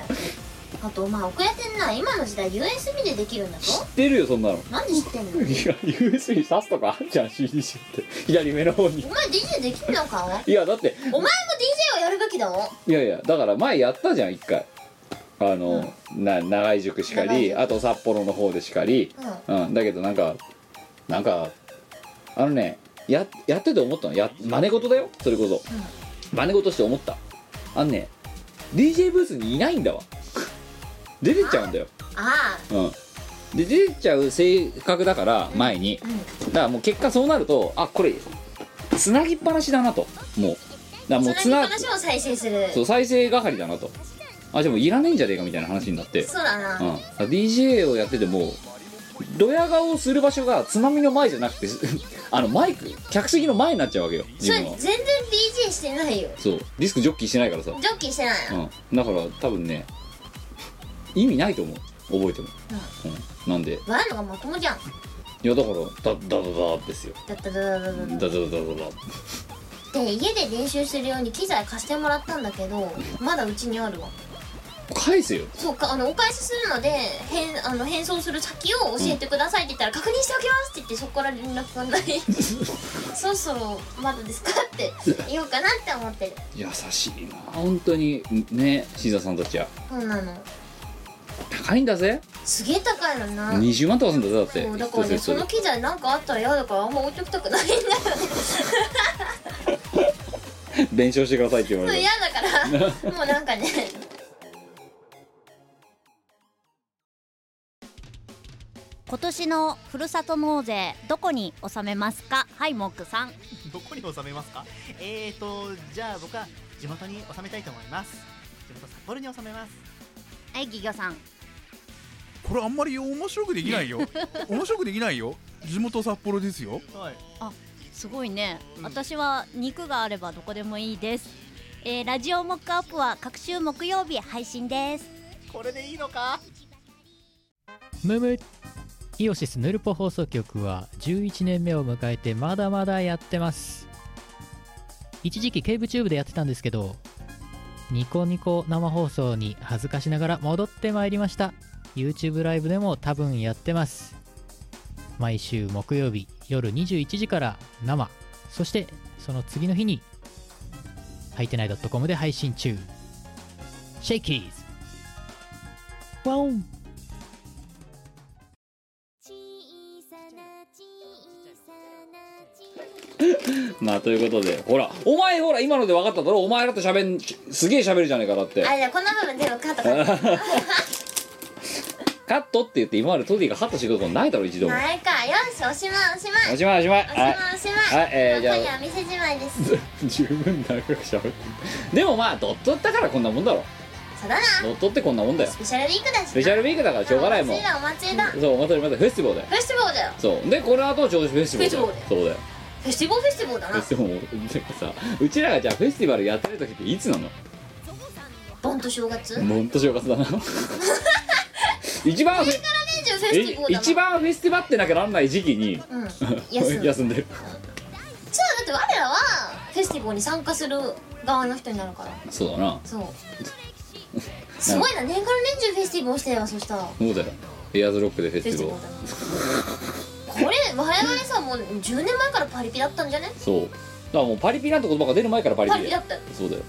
S5: あとお前遅れてんな今の時代 USB でできるんだ
S4: 知っ
S5: ぞ
S4: てるよそんなのい
S5: なんで知ってんの
S4: や USB 挿すとかあんじゃん CD 集って左上の方に
S5: お前 DJ できんのか
S4: いやだって
S5: お前も DJ をやるべきだろ
S4: いやいやだから前やったじゃん一回あの、な長井塾しか
S5: 長井
S4: り
S5: 塾
S4: あと札幌の方でしかり、うんだけどなんかなんかあのねややってて思ったのや真似事だよそれこそ、真似事して思ったあのね DJ ブースにいないんだわ 出てっちゃうんだよ、
S5: あ
S4: うん、で出てっちゃう性格だから前に、だからもう結果そうなるとあこれつなぎっぱなしだなともうだから
S5: あ
S4: も
S5: そうの
S4: つ
S5: 日
S4: な
S5: 話を再生する
S4: そう再生係だなとあじゃあもういらねえんじゃねえかみたいな話になって、うん
S5: そうだな、
S4: あ、DJ をやっててもドヤ顔をする場所が津波の前じゃなくて あのマイク客席の前になっちゃうわけよ
S5: そ
S4: 自
S5: れ
S4: 分は
S5: 全然 DJ してないよ
S4: そうディスクジョッキーしてないからさ、
S5: ジョッキーしてないの
S4: うん、だから多分ね意味ないと思う覚えても、うんなんで
S5: ワンのがまともじゃん
S4: いやだからダダダダですよ
S5: だっただだだだだ
S4: ダダダダダ
S5: で家で練習するように機材貸してもらったんだけどまだうちにあるわ
S4: 返せよ
S5: そうかあのお返しするので返あの返送する先を教えてくださいって言ったら、確認しておきますって言ってそこから連絡がない そろそろまだですかって言おうかなって思ってる
S4: 優しいな本当にねシーザーさんたちは
S5: そうなの
S4: 高いんだぜ
S5: すげえ高いのな
S4: 20万とかするんだぜだって
S5: そうだから ね
S4: 一つ
S5: そ
S4: 一
S5: の
S4: つ
S5: 機材なんかあったら嫌だからあんま置いときたくないんだよ
S4: 弁償してくださいって言われ
S5: 嫌 だからもうなんかね
S8: 今年のふるさと納税どこに納めますかはいモックさん
S9: どこに収めますかえーと、じゃあ僕は地元に収めたいと思います。地元札幌に収めます。
S8: はいギギョさん
S6: これあんまり面白くできないよ面白くできないよ地元札幌ですよ
S9: はい。
S8: すごいね、
S9: うん
S8: 私は肉があればどこでもいいです、えー、ラジオモックアップは各週木曜日配信です
S9: これでいいのか
S3: むむイオシスヌルポ放送局は11年目を迎えてまだまだやってます一時期ケーブチューブでやってたんですけどニコニコ生放送に恥ずかしながら戻ってまいりました YouTube ライブでも多分やってます毎週木曜日夜21時から生そしてその次の日にはいてない .com で配信中シェイキーズワオン
S4: まあということでほらお前ほら今ので分かっただろお前だってしゃべんすげえしゃべるじゃねえかだって
S5: あじゃあこの部分全部カットカッ
S4: カットって言って今までトディがカットしてくることないだろ一
S5: ト
S4: 度も
S5: ないかよしおしまいおしまい
S4: おしまいおしまい
S5: おしまい
S4: は
S5: おしまい、
S4: はいえーじゃあ
S5: 今夜は店じまいですそう
S4: い 十分長くしゃべってるでもまあドットだからこんなもんだろ
S5: だな
S4: ドットってこんなもんだよ
S5: スペシャルウィークだしな
S4: スペシャルウィークだからしょうがないもん
S5: お祭りだお祭りだフ
S4: そうお祭りまたフェスティバルだよ
S5: ェスティバルだよ
S4: そうでこの後調子フェスティバルだよ
S5: フェス
S4: そうだよ
S5: フェスティバルフェスティバルだ
S4: フェ
S5: な
S4: スティバルもて かさうちらがじゃあフェスティバルやってる時っていつ なの
S5: 盆と正月年中
S4: ほんと正月だ な一番フェ
S5: フェスティバルだな
S4: 一番フェスティバってなきゃなんない時期に
S5: うん 休む
S4: 休んでる
S5: そうだって我らはフェスティバルに参加する側の人になるから
S4: そうだ な
S5: そうすごいな年から年中フェスティバルをしてよそしたらフ
S4: そうだよエアーズロックでフェス
S5: ェ
S4: テ
S5: ス
S4: ィ
S5: ティ
S4: バ
S5: バ
S4: ル
S5: ルだなこれ我々さもう10年前からパリピだったんじゃね
S4: そうだからもうパリピなんて言葉が出る前からパリ
S5: パ
S4: ピ
S5: リ
S4: だ
S5: ピ
S4: よ
S5: だった
S4: そうだよ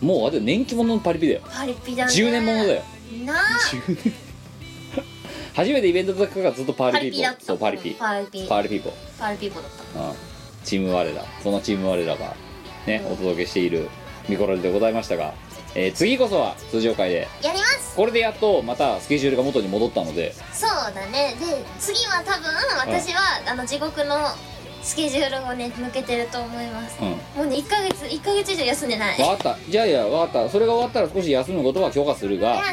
S4: もうあれ年季物のパリピだよ
S5: パリピだね
S4: 10年もの だよ
S5: なあ
S4: 初めてイベントだからずっとパ
S5: パ
S4: リ
S5: リ
S4: ピ
S5: ピ
S4: ーポ
S5: だっ
S4: ー
S5: た
S4: そうパリピ
S5: パリピ
S4: パリピーポー
S5: パリピーポだった
S4: うんチーム我らそのチーム我らがねお届けしているミコラジでございましたが、えー次こそは通常会で
S5: やります
S4: これでやっとまたスケジュールが元に戻ったので
S5: そうだねで次は多分私は、あの地獄のスケジュールをね抜けてると思います
S4: うん
S5: もうね1ヶ月1ヶ月以上休んでないや
S4: わかったじゃあいやわかったそれが終わったら少し休むことは許可するが
S5: っ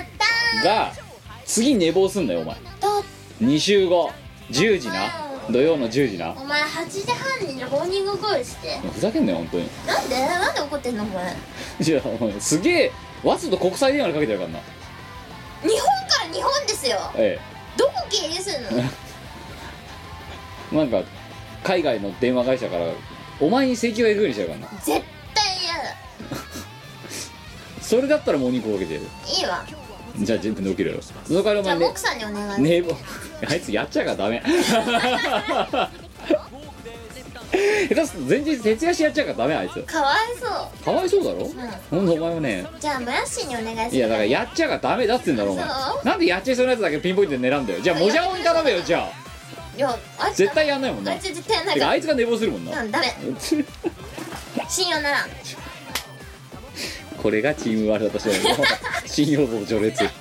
S5: た
S4: が次寝坊すんだよお前
S5: ーと
S4: 2週後10時な土曜の10時な
S5: お前8時半にモーニングコールして
S4: ふざけんなよ本当に
S5: なんでなんで怒ってんのお前
S4: いやお前すげえわざと国際電話でかけてるからな
S5: 日本から日本ですよ
S4: え
S5: どこ経由すんの
S4: えなんか海外の電話会社からお前に請求がいくようにしてるからな
S5: 絶対嫌だ
S4: それだったらもう2個かけてやる
S5: いいわ
S4: じゃあ全部で起きるやろその代わりお
S5: じゃあ
S4: 前ね
S5: 奥さんにお願い、
S4: 寝坊あいつやっちゃうからダ メ下手すると前日徹夜してやっちゃうからダメあいつ
S5: かわいそ
S4: かわいそうだろ、ほんとお前もね
S5: うじゃあもやしにお願いす
S4: いや
S5: る
S4: だからやっちゃがダメだっつってんだろお前
S5: そう
S4: なんでやっちゃいそうなやつだけピンポイントで狙うんだよじゃあもじゃおに頼めよじゃあ
S5: いやあいつ
S4: 絶対やんないもん
S5: あ
S4: ない
S5: つ絶対やんな
S4: て
S5: い
S4: か
S5: か
S4: らあいつが寝坊するもん
S5: う
S4: なん
S5: ダメ信用ならん
S4: これがチームワールドとしての 信用度序列
S5: 上に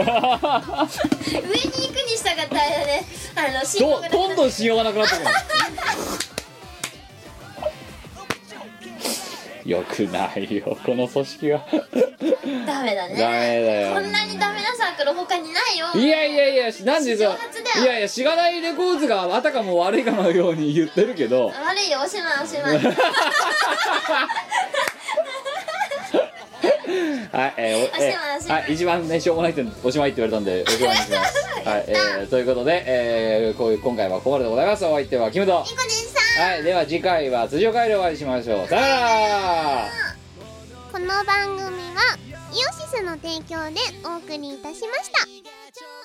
S5: 行くに従ってあれだねあの信用
S4: ど
S5: が
S4: どんどん信用がなくなってくるよくないよこの組織 は
S5: ダメだね
S4: ダメだよ
S5: こんなにダメなサークル他にないよ
S4: いやいやいやなんでさ
S5: 史上初だ
S4: い
S5: よ
S4: やいやしがないレコーズがあたかも悪いかのように言ってるけど
S5: 悪いよおしまいおしまいおし
S4: はい、えーお
S5: おしまいおしまい
S4: はい、一番ね、しょうもないって、おしまいって言われたん で、おしまいにします。はい、えーということで、えーこういう、今回はここまででございます。お相手はキムと。
S5: こでした
S4: はい、では次回は辻岡会でお会いしましょう。さよなら
S1: この番組はイオシスの提供でお送りいたしました